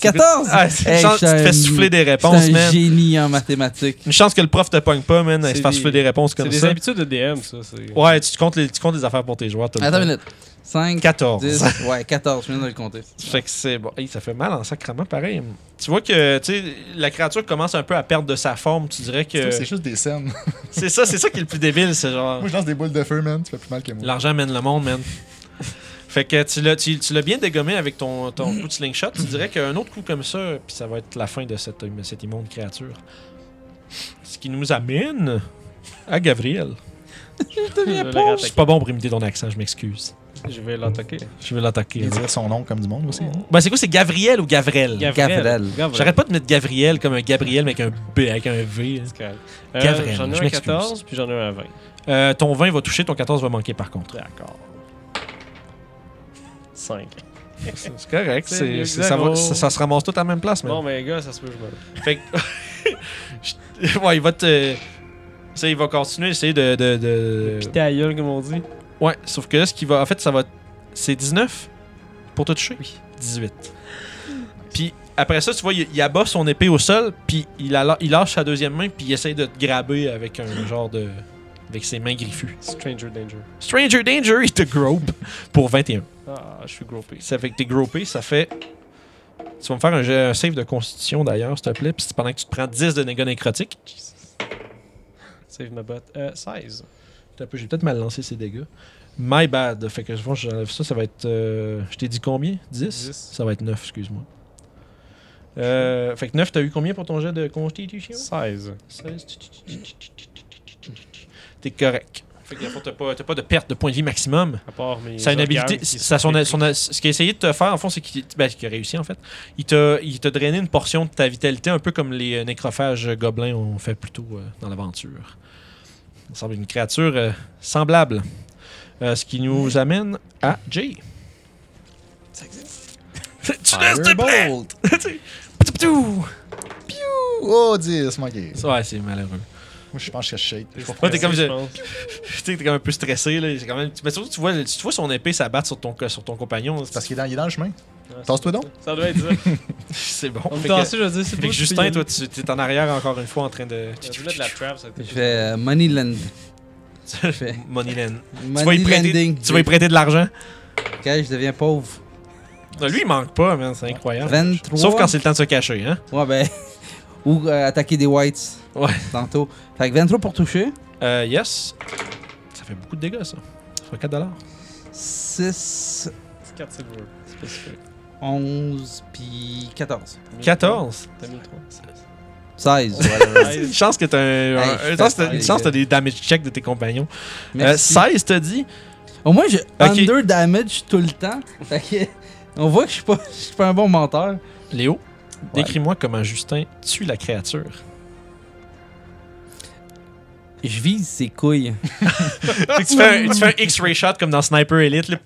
[SPEAKER 3] 14
[SPEAKER 1] Ah, c'est une
[SPEAKER 3] Hey,
[SPEAKER 1] chance que tu te
[SPEAKER 3] je suis
[SPEAKER 1] fais
[SPEAKER 3] un-
[SPEAKER 1] souffler des
[SPEAKER 3] C'est
[SPEAKER 1] réponses,
[SPEAKER 3] un
[SPEAKER 1] man.
[SPEAKER 3] génie en mathématiques.
[SPEAKER 1] Une chance que le prof te pogne pas, man. Il
[SPEAKER 2] C'est
[SPEAKER 1] se fasse
[SPEAKER 2] des-
[SPEAKER 1] souffler des réponses comme
[SPEAKER 2] des
[SPEAKER 1] ça.
[SPEAKER 2] habitudes de DM, ça. c'est-
[SPEAKER 1] Ouais, tu comptes, les, tu comptes les affaires pour tes joueurs. tout le
[SPEAKER 3] Attends
[SPEAKER 1] temps.
[SPEAKER 3] une minute. 5,
[SPEAKER 1] 14.
[SPEAKER 3] 10. Ouais, 14, je viens de le compter.
[SPEAKER 1] Fait que c'est bon. Hey, ça fait mal en sacrement, pareil. Tu vois que tu sais, la créature commence un peu à perdre de sa forme. Tu dirais que.
[SPEAKER 4] C'est juste des scènes.
[SPEAKER 1] C'est ça, c'est ça qui est le plus débile, c'est genre.
[SPEAKER 4] moi, je lance des boules de feu, man. Tu fais plus mal que moi.
[SPEAKER 1] L'argent mène le monde, man. Fait que tu l'as, tu, tu l'as bien dégommé avec ton, ton coup de slingshot. Tu dirais qu'un autre coup comme ça, puis ça va être la fin de cette, cette immonde créature. Ce qui nous amène à Gabriel.
[SPEAKER 2] Je vais
[SPEAKER 1] Je suis
[SPEAKER 2] l'attaquer.
[SPEAKER 1] pas bon pour imiter ton accent, je m'excuse.
[SPEAKER 2] Je vais l'attaquer.
[SPEAKER 1] Je vais l'attaquer.
[SPEAKER 4] Il dire son nom comme du monde aussi. hein.
[SPEAKER 1] Ben c'est quoi, c'est Gabriel ou Gavrel?
[SPEAKER 3] Gavrel.
[SPEAKER 1] J'arrête pas de mettre Gabriel comme un Gabriel, mais avec un, B, avec un V. hein.
[SPEAKER 2] Euh,
[SPEAKER 1] Gavrel,
[SPEAKER 2] J'en
[SPEAKER 1] je
[SPEAKER 2] ai un à
[SPEAKER 1] m'excuse.
[SPEAKER 2] 14, puis j'en ai un à 20.
[SPEAKER 1] Euh, ton 20 va toucher, ton 14 va manquer par contre. D'accord.
[SPEAKER 2] 5.
[SPEAKER 1] C'est correct.
[SPEAKER 2] C'est
[SPEAKER 1] c'est-
[SPEAKER 2] mieux que
[SPEAKER 1] c'est- ça, va-
[SPEAKER 2] zéro.
[SPEAKER 1] ça- ça se ramasse tout à la même place, man.
[SPEAKER 2] Bon, mais gars, ça se peut, je me.
[SPEAKER 1] Fait que. Je- ouais, il va te. euh, Ça, il va continuer à essayer de. de, de-
[SPEAKER 2] Pis ta gueule, comme on dit.
[SPEAKER 1] Ouais, sauf que là, ce qui va. En fait, ça va. C'est 19 pour te toucher
[SPEAKER 2] Oui.
[SPEAKER 1] 18. Puis après ça, tu vois, il, il abat son épée au sol, puis il, a, il lâche sa deuxième main, puis il essaye de te grabber avec un genre de. avec ses mains griffues.
[SPEAKER 2] Stranger Danger.
[SPEAKER 1] Stranger Danger, il te grope pour 21.
[SPEAKER 2] Ah, je suis groupé.
[SPEAKER 1] Ça fait que t'es groupé, ça fait. Tu vas me faire un, jet- un save de constitution d'ailleurs, s'il te plaît, puis c'est pendant que tu te prends 10 de dégâts nécrotiques.
[SPEAKER 2] Save ma botte. Euh, 16.
[SPEAKER 1] Attends un peu, j'ai peut-être mal lancé ces dégâts. My bad. Fait que je pense que j'enlève ça, ça va être. euh, je t'ai dit combien 10?
[SPEAKER 2] 10.
[SPEAKER 1] Ça va être 9, excuse-moi. Euh, fait que 9, t'as eu combien pour ton jet de constitution
[SPEAKER 2] 16.
[SPEAKER 1] 16. T'es correct. Fait que t'as pas, t'as pas de perte de points de vie maximum.
[SPEAKER 2] À part mes.
[SPEAKER 1] Ça a une
[SPEAKER 2] organes
[SPEAKER 1] habilité.
[SPEAKER 2] qui
[SPEAKER 1] Ça a son,
[SPEAKER 2] sont
[SPEAKER 1] son- ce qu'il a essayé de te faire, en fond, c'est qu'il ben, qu'il a réussi, en fait. Il t'a il t'a drainé une portion de ta vitalité, un peu comme les euh, nécrophages gobelins ont fait plus tôt euh, dans l'aventure. Il semble une créature euh, semblable. Euh, ce qui nous amène à Jay. tu laisses de
[SPEAKER 4] Firebolt!
[SPEAKER 1] Ptou!
[SPEAKER 4] Oh, 10, manqué.
[SPEAKER 1] Ça, Ouais, c'est malheureux.
[SPEAKER 4] Moi, je pense que je shake.
[SPEAKER 2] effectuées.
[SPEAKER 1] Ouais, t'es comme-
[SPEAKER 2] Je pense.
[SPEAKER 1] Tu sais, t'es quand même un peu stressé. Là. c'est Quand même... Mais surtout, tu vois, tu vois son épée s'abattre sur ton, sur ton compagnon.
[SPEAKER 4] Parce qu'il est, dans- il est dans le chemin.
[SPEAKER 2] Ouais,
[SPEAKER 4] Tasse-toi donc.
[SPEAKER 2] Ça doit être ça.
[SPEAKER 1] c'est bon.
[SPEAKER 2] On
[SPEAKER 1] Fait
[SPEAKER 2] me
[SPEAKER 1] que-
[SPEAKER 2] tasse, je veux dire, c'est
[SPEAKER 1] fait que
[SPEAKER 2] beau, tu peux y
[SPEAKER 1] Justin,
[SPEAKER 2] aller.
[SPEAKER 1] toi, tu es en arrière encore une fois en train de.
[SPEAKER 2] Euh, je voulais de la trap, ça a été-
[SPEAKER 3] Je fais euh, Moneyland.
[SPEAKER 1] Tu
[SPEAKER 3] fais-
[SPEAKER 1] Moneyland. Tu vas, y prêter,
[SPEAKER 3] Moneylanding.
[SPEAKER 1] tu vas y prêter de l'argent?
[SPEAKER 3] Quand je deviens pauvre.
[SPEAKER 1] Non, Lui, il manque pas, man. C'est incroyable.
[SPEAKER 3] 23.
[SPEAKER 1] Hein? Sauf quand c'est le temps de se cacher, hein?
[SPEAKER 3] Ouais, ben. Ou euh, attaquer des whites.
[SPEAKER 1] Ouais.
[SPEAKER 3] Tantôt. Fait que 23 pour toucher.
[SPEAKER 1] Euh, yes. Ça fait beaucoup de dégâts, ça. Ça fait 4
[SPEAKER 3] 6,
[SPEAKER 2] C'est 4 silver. Spécifique.
[SPEAKER 3] 11, puis 14.
[SPEAKER 2] T'as mis
[SPEAKER 1] 14.
[SPEAKER 2] trois. T'as mis 3.
[SPEAKER 3] 16.
[SPEAKER 1] C'est une chance que t'as un-
[SPEAKER 3] Hey,
[SPEAKER 1] un-
[SPEAKER 3] je
[SPEAKER 1] une chance
[SPEAKER 3] fais
[SPEAKER 1] que t'as- une
[SPEAKER 3] ça,
[SPEAKER 1] chance que
[SPEAKER 3] les
[SPEAKER 1] t'as des damage checks de tes compagnons. Euh,
[SPEAKER 3] Merci.
[SPEAKER 1] 16, t'as dit?
[SPEAKER 3] Au moins, j'ai
[SPEAKER 1] Ok.
[SPEAKER 3] under damage tout le temps. Fait que, on voit que je suis pas, je suis pas un bon menteur.
[SPEAKER 1] Léo, décris-moi comment Justin tue la créature.
[SPEAKER 3] Je vise ses couilles.
[SPEAKER 1] Fait que tu, fais un, tu fais un X-ray shot comme dans Sniper Elite. Là.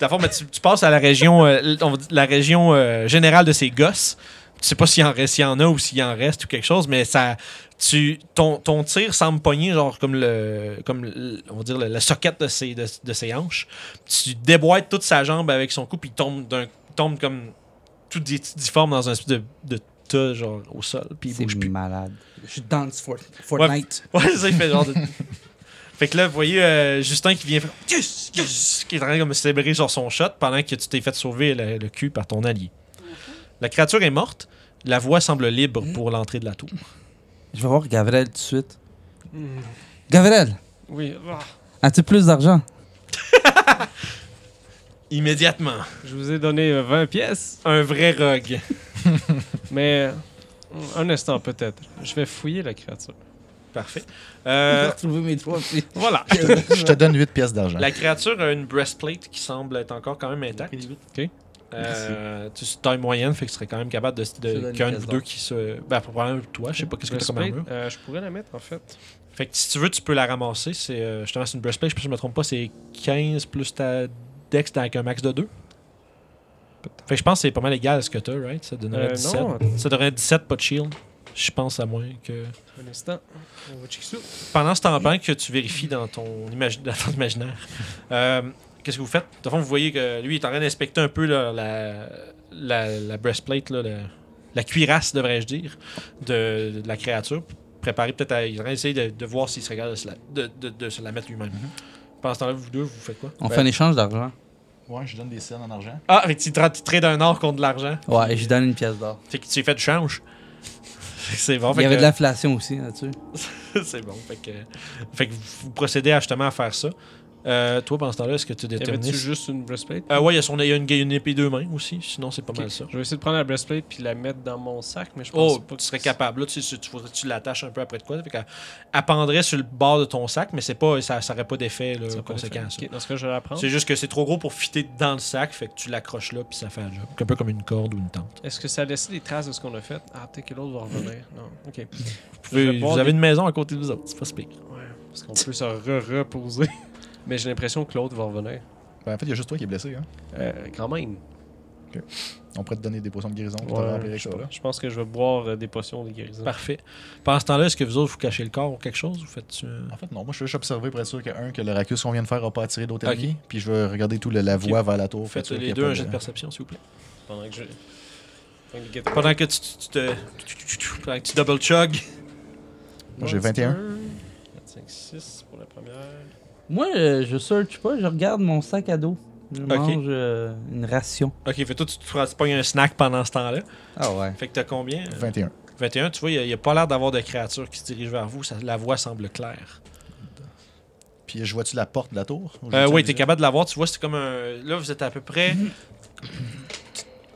[SPEAKER 1] Dans le fond, ben, tu, tu passes à la région, euh, l- on va dire la région euh, générale de ces gosses. tu sais pas s'il en reste, s'il y en a ou s'il en reste ou quelque chose, mais ça, tu, ton, ton tir semble pogner genre comme le, comme le- on va dire le- la socket de ses, de, de ses hanches. Tu déboîtes toute sa jambe avec son cou puis il tombe d'un, il tombe comme tout di- difforme dans un espèce de, de tas genre au sol puis il bouge
[SPEAKER 3] C'est
[SPEAKER 1] plus.
[SPEAKER 3] malade. Je suis dans le Fort- Fortnite.
[SPEAKER 1] Ouais, c'est ça, il fait genre de- Fait que là, vous voyez euh, Justin qui vient faire Yes! Yes! qui est en train de célébrer genre son shot pendant que tu t'es fait sauver le, le cul par ton allié. La créature est morte, la voie semble libre
[SPEAKER 3] Hein?
[SPEAKER 1] pour l'entrée de la tour.
[SPEAKER 3] Je vais voir Gavrel tout de suite. Gavrel,
[SPEAKER 2] Oui, ah,
[SPEAKER 3] as-tu plus d'argent?
[SPEAKER 1] Immédiatement,
[SPEAKER 2] je vous ai donné euh, 20 pièces,
[SPEAKER 1] un vrai rogue.
[SPEAKER 2] mais euh, un instant peut-être. Je vais fouiller la créature.
[SPEAKER 1] Parfait. Euh,
[SPEAKER 3] retrouvé mes trois pieds.
[SPEAKER 1] voilà.
[SPEAKER 4] Je te donne 8 pièces d'argent.
[SPEAKER 1] La créature a une breastplate qui semble être encore quand même intacte.
[SPEAKER 2] Ok.
[SPEAKER 1] Euh, tu c'est taille moyenne, fait que tu serais quand même capable de,
[SPEAKER 3] Je
[SPEAKER 1] de
[SPEAKER 3] donne
[SPEAKER 1] qu'un
[SPEAKER 3] une
[SPEAKER 1] ou
[SPEAKER 3] pièce
[SPEAKER 1] deux qui se. Ben, probablement toi, je sais pas qu'est-ce que t'as comme
[SPEAKER 2] Breastplate,
[SPEAKER 1] armure.
[SPEAKER 2] euh, Je pourrais la mettre en fait.
[SPEAKER 1] Fait que si tu veux, tu peux la ramasser. C'est euh, justement c'est une breastplate, je pense que je me trompe pas, c'est 15 plus ta dex avec un max de 2. Fait que je pense que c'est pas mal égal à ce que t'as, right? Ça donnerait
[SPEAKER 2] Euh,
[SPEAKER 1] 17.
[SPEAKER 2] non,
[SPEAKER 1] Ça donnerait 17, pas de shield. Je pense à moins que.
[SPEAKER 2] un instant. On va checker ça.
[SPEAKER 1] Pendant ce temps que tu vérifies dans ton, imagi- dans ton imaginaire, euh, qu'est-ce que vous faites? De fond, vous voyez que lui il est en train d'inspecter un peu là, la, la, la breastplate, là, la, la cuirasse, devrais-je dire, de, de la créature. Préparer peut-être à. Il est en train d'essayer de, de voir s'il serait capable de se la, de, de- de se la mettre lui-même.
[SPEAKER 3] Mm-hmm.
[SPEAKER 1] Pendant ce temps-là, vous deux, vous faites quoi?
[SPEAKER 3] On
[SPEAKER 4] Ouais.
[SPEAKER 3] fait un échange d'argent.
[SPEAKER 4] Ouais, je donne des scènes en argent.
[SPEAKER 1] Ah, avec tu tra- tu trades un or contre de l'argent.
[SPEAKER 3] Ouais, je donne une pièce d'or.
[SPEAKER 1] Fait que tu lui fais du change. C'est bon.
[SPEAKER 3] Il
[SPEAKER 1] fait
[SPEAKER 3] y avait
[SPEAKER 1] que-
[SPEAKER 3] de l'inflation aussi là-dessus.
[SPEAKER 1] C'est bon. Fait que, fait que vous procédez à, justement à faire ça. Euh, toi, pendant ce temps-là, est-ce que tu
[SPEAKER 2] Y
[SPEAKER 1] détermines
[SPEAKER 2] avait-tu juste une breastplate?
[SPEAKER 1] Euh, ouais, il y a, son, il y a une, gue- une épée deux mains aussi, sinon c'est pas
[SPEAKER 2] Ok.
[SPEAKER 1] mal ça.
[SPEAKER 2] Je vais essayer de prendre la breastplate puis la mettre dans mon sac, mais je pense
[SPEAKER 1] Oh,
[SPEAKER 2] pas que
[SPEAKER 1] tu serais
[SPEAKER 2] c'est-
[SPEAKER 1] capable. Là, tu, tu, tu faudrait que tu l'attaches un peu après de quoi. Fait qu'elle- elle pendrait sur le bord de ton sac, mais c'est pas, ça n'aurait pas d'effet là,
[SPEAKER 2] ça va pas
[SPEAKER 1] conséquent à
[SPEAKER 2] le
[SPEAKER 1] ça.
[SPEAKER 2] faire. Euh, Ok, Dans ce cas, je vais la prendre.
[SPEAKER 1] C'est juste que c'est trop gros pour fitter dans le sac, fait que tu l'accroches là, puis ça fait un job. Un peu comme une corde ou une tente.
[SPEAKER 2] Est-ce que ça a laissé des traces de ce qu'on a fait? Ah, peut-être que l'autre va revenir. Non,
[SPEAKER 1] Vous,
[SPEAKER 2] ok. Je vais
[SPEAKER 1] pouvez-
[SPEAKER 2] boire
[SPEAKER 1] vous avez
[SPEAKER 2] des-
[SPEAKER 1] une maison à côté de vous autres, c'est pas si pire.
[SPEAKER 2] Ouais, parce qu'on peut se re-reposer. Mais j'ai l'impression que l'autre va revenir.
[SPEAKER 4] Ben, en fait, il y a juste toi qui est blessé. Hein.
[SPEAKER 2] Euh, quand même.
[SPEAKER 4] On pourrait te donner des potions de guérison pour te
[SPEAKER 2] Ouais,
[SPEAKER 4] remplir avec
[SPEAKER 2] je,
[SPEAKER 4] ça. là.
[SPEAKER 2] je pense que je vais boire euh, des potions de guérison.
[SPEAKER 1] Parfait. Pendant ce temps-là, est-ce que vous autres vous cachez le corps ou quelque chose Vous faites. euh,
[SPEAKER 4] En fait, non, moi je veux juste observer pour être sûr que, un, que le racus qu'on vient de faire n'a pas attiré d'autres
[SPEAKER 1] Ok.
[SPEAKER 4] ennemis, puis je veux regarder tout le, la voie vers la tour.
[SPEAKER 1] Vous faites
[SPEAKER 4] pour être sûr
[SPEAKER 1] les
[SPEAKER 4] qu'il y
[SPEAKER 1] deux
[SPEAKER 4] a
[SPEAKER 1] un
[SPEAKER 4] pas
[SPEAKER 1] jet de perception, s'il vous plaît.
[SPEAKER 2] Pendant que je. Pendant que,
[SPEAKER 1] Pendant que tu, tu- tu te. pendant que tu double chug.
[SPEAKER 4] Moi, j'ai 21.
[SPEAKER 2] 4, 5, 6 pour la première.
[SPEAKER 3] Moi, euh, je search pas, je regarde mon sac à dos. Je mange euh, une ration.
[SPEAKER 1] Ok, fait que toi, tu te feras- tu pognes un snack pendant ce temps-là.
[SPEAKER 3] Ah ouais.
[SPEAKER 1] Fait que t'as combien euh,
[SPEAKER 4] 21.
[SPEAKER 1] 21, tu vois, il n'y a, pas l'air d'avoir de créature qui se dirige vers vous. ça- la voix semble claire.
[SPEAKER 4] Puis je vois-tu la porte de la tour Ou je
[SPEAKER 1] Euh, oui,
[SPEAKER 4] vois-tu la
[SPEAKER 1] t'es
[SPEAKER 4] vision?
[SPEAKER 1] capable de la voir. Tu vois, c'est comme un. Là, vous êtes à peu près.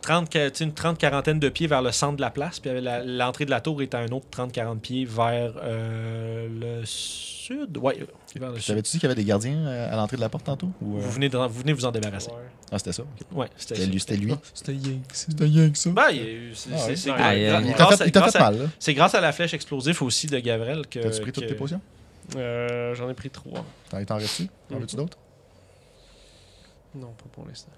[SPEAKER 1] 30, tu sais, une 30 quarantaine de pieds vers le centre de la place, puis la- l'entrée de la tour est à un autre 30-40 pieds vers euh, le sud. Ouais, vers le sud.
[SPEAKER 4] T'avais-tu dit qu'il y avait des gardiens euh, à l'entrée de la porte tantôt Ou, euh,
[SPEAKER 1] Vous venez, de- vous venez vous en débarrasser.
[SPEAKER 2] Ouais.
[SPEAKER 4] Ah, c'était ça. ok.
[SPEAKER 1] Ouais, c'était
[SPEAKER 4] C'était lui. C'était lui.
[SPEAKER 3] C'était Yank.
[SPEAKER 4] C'était Yank, ça.
[SPEAKER 1] Ben, il y a eu- c'est-
[SPEAKER 4] Ah
[SPEAKER 1] c'est-
[SPEAKER 4] ouais.
[SPEAKER 1] c'est-
[SPEAKER 2] Ah,
[SPEAKER 1] gra-
[SPEAKER 3] il-
[SPEAKER 1] grâce
[SPEAKER 4] Il t'a
[SPEAKER 1] à-
[SPEAKER 4] fait, il t'a
[SPEAKER 1] grâce
[SPEAKER 4] fait
[SPEAKER 1] à-
[SPEAKER 4] mal, là.
[SPEAKER 1] C'est grâce à la flèche explosive aussi de Gavrel que.
[SPEAKER 4] T'as-tu pris toutes
[SPEAKER 1] que-
[SPEAKER 4] tes potions
[SPEAKER 2] Euh, J'en ai pris 3.
[SPEAKER 4] T'en t'en restes-tu T'en veux-tu d'autres
[SPEAKER 2] Non, pas pour l'instant.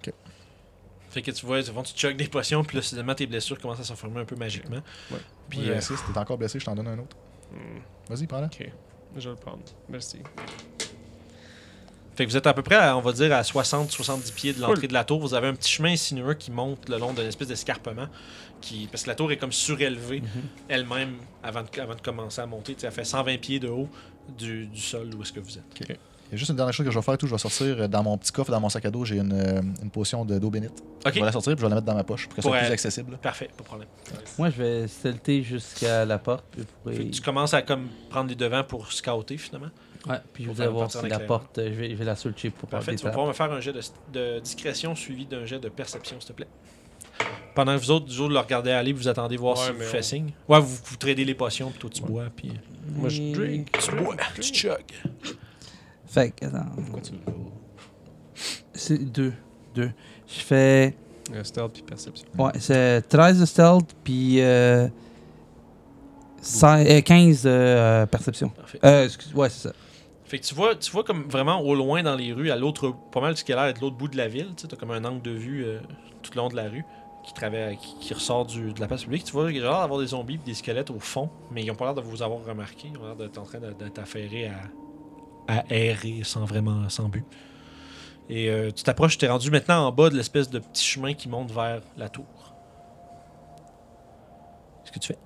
[SPEAKER 1] Fait que tu vois, tu, tu chugs des potions, puis là, soudainement, tes blessures commencent à s'enfermer un peu magiquement.
[SPEAKER 2] Ouais.
[SPEAKER 1] Puis,
[SPEAKER 4] Puis
[SPEAKER 1] euh,
[SPEAKER 4] 6, t'es encore blessé, je t'en donne un autre.
[SPEAKER 2] Hmm,
[SPEAKER 4] Vas-y, prends-la.
[SPEAKER 2] Ok. Je vais le prendre. Merci.
[SPEAKER 1] fait que vous êtes à peu près, à, on va dire, à 60-70 pieds de l'entrée de la tour. Vous avez un petit chemin sinueux qui monte le long d'une espèce d'escarpement. Qui... Parce que la tour est comme surélevée
[SPEAKER 3] Mhm.
[SPEAKER 1] elle-même avant de, avant de commencer à monter. Tu sais, elle fait 120 pieds de haut du, du sol où est-ce que vous êtes.
[SPEAKER 4] Il y a juste une dernière chose que je vais faire, tout. Je vais sortir euh, dans mon petit coffre, dans mon sac à dos, j'ai une, euh, une potion de- d'eau bénite.
[SPEAKER 1] Ok,
[SPEAKER 4] Je vais la sortir puis je vais la mettre dans ma poche pour que ce
[SPEAKER 1] Pour,
[SPEAKER 4] soit
[SPEAKER 1] euh,
[SPEAKER 4] plus accessible.
[SPEAKER 1] parfait, pas de problème.
[SPEAKER 3] Moi, je vais stelter jusqu'à la porte. puis pour-
[SPEAKER 1] Fait que tu commences à comme prendre les devants pour scouter finalement.
[SPEAKER 3] Ouais, puis je
[SPEAKER 1] Pour
[SPEAKER 3] vais
[SPEAKER 1] faire
[SPEAKER 3] voir
[SPEAKER 1] partir
[SPEAKER 3] si la
[SPEAKER 1] l'éclair.
[SPEAKER 3] porte, euh, je vais, je vais la searcher pour avoir
[SPEAKER 1] Parfait,
[SPEAKER 3] des
[SPEAKER 1] tu vas
[SPEAKER 3] tapes.
[SPEAKER 1] pouvoir me faire un jet de, de discrétion suivi d'un jet de perception, s'il te plaît. Pendant que vous autres, du jour de le regarder aller, vous attendez voir
[SPEAKER 2] Ouais,
[SPEAKER 1] si vous
[SPEAKER 2] mais
[SPEAKER 1] fait
[SPEAKER 2] on-
[SPEAKER 1] signe. Ouais, vous, vous tradez les potions, puis toi tu bois, puis.
[SPEAKER 2] Moi, je drink.
[SPEAKER 1] Tu bois, tu chug.
[SPEAKER 3] Fait que, attends,
[SPEAKER 4] Pourquoi tu
[SPEAKER 3] c'est deux. Deux. Je fais.
[SPEAKER 2] Euh, stealth puis perception.
[SPEAKER 3] Ouais, c'est 13 de stealth, puis euh, cin- euh, 15 de euh, perception.
[SPEAKER 1] Parfait.
[SPEAKER 3] Euh, excuse, ouais, c'est ça.
[SPEAKER 1] Fait que tu vois, tu vois comme vraiment au loin dans les rues, à l'autre, pas mal ce qui a l'air d'être l'autre bout de la ville, tu sais, t'as comme un angle de vue euh, tout le long de la rue. qui, travaille, qui, qui ressort du- de la place publique. Tu vois, il y a l'air d'avoir des zombies et des squelettes au fond, mais ils ont pas l'air de vous avoir remarqué. Ils ont l'air d'être en train de- d'être affairés à, à errer sans vraiment sans but. Et euh, tu t'approches, tu es rendu maintenant en bas de l'espèce de petit chemin qui monte vers la tour. Qu'est-ce que tu fais?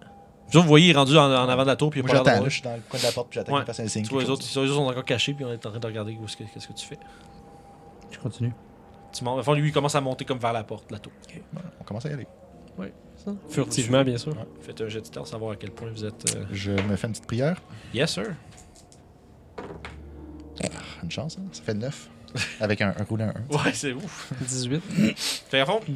[SPEAKER 1] Vous autres, vous voyez, il est rendu en, en avant de la tour, puis il a
[SPEAKER 4] Moi,
[SPEAKER 1] pas l'air d'avoir-
[SPEAKER 4] j'attends, là, je suis dans le coin de la porte, puis j'attends
[SPEAKER 1] Ouais.
[SPEAKER 4] qu'il fasse un signe.
[SPEAKER 1] Tu vois, les
[SPEAKER 4] quelque
[SPEAKER 1] autres,
[SPEAKER 4] chose.
[SPEAKER 1] les autres sont encore cachés, puis on est en train de regarder où est-ce que- qu'est-ce que tu fais.
[SPEAKER 3] Je continue.
[SPEAKER 1] Tu montes. Enfin, lui, il commence à monter comme vers la porte, la tour.
[SPEAKER 4] Ouais, On commence à y aller.
[SPEAKER 2] Furtivement, bien sûr.
[SPEAKER 1] Faites un jet de stealth, savoir à quel point vous êtes. euh,
[SPEAKER 4] Je me fais une petite prière.
[SPEAKER 1] Yes, sir.
[SPEAKER 4] Une chance, hein? ça fait 9. Avec un, un roulé un 1.
[SPEAKER 1] Ouais, c'est ouf.
[SPEAKER 3] 18.
[SPEAKER 1] Fait à fond, tu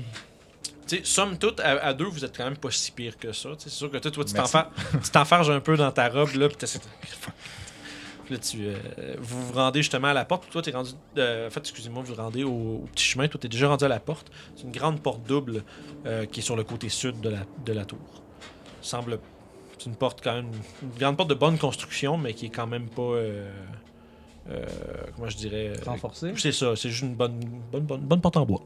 [SPEAKER 1] sais, somme toute, à, à deux, vous êtes quand même pas si pire que ça. tu sais. C'est sûr que toi, toi tu
[SPEAKER 4] Merci.
[SPEAKER 1] t'enfer- tu t'enferges un peu dans ta robe, là, puis t'essaies de- Puis là, tu, euh, vous vous rendez justement à la porte. Toi, t'es rendu. euh, en fait, excusez-moi, vous vous rendez au, au petit chemin. Toi, t'es déjà rendu à la porte. C'est une grande porte double euh, qui est sur le côté sud de la, de la tour. Semble. C'est une porte quand même. Une grande porte de bonne construction, mais qui est quand même pas. euh, euh, comment je dirais. euh,
[SPEAKER 3] Renforcé.
[SPEAKER 1] C'est ça, c'est juste une bonne, bonne, bonne, bonne porte en bois.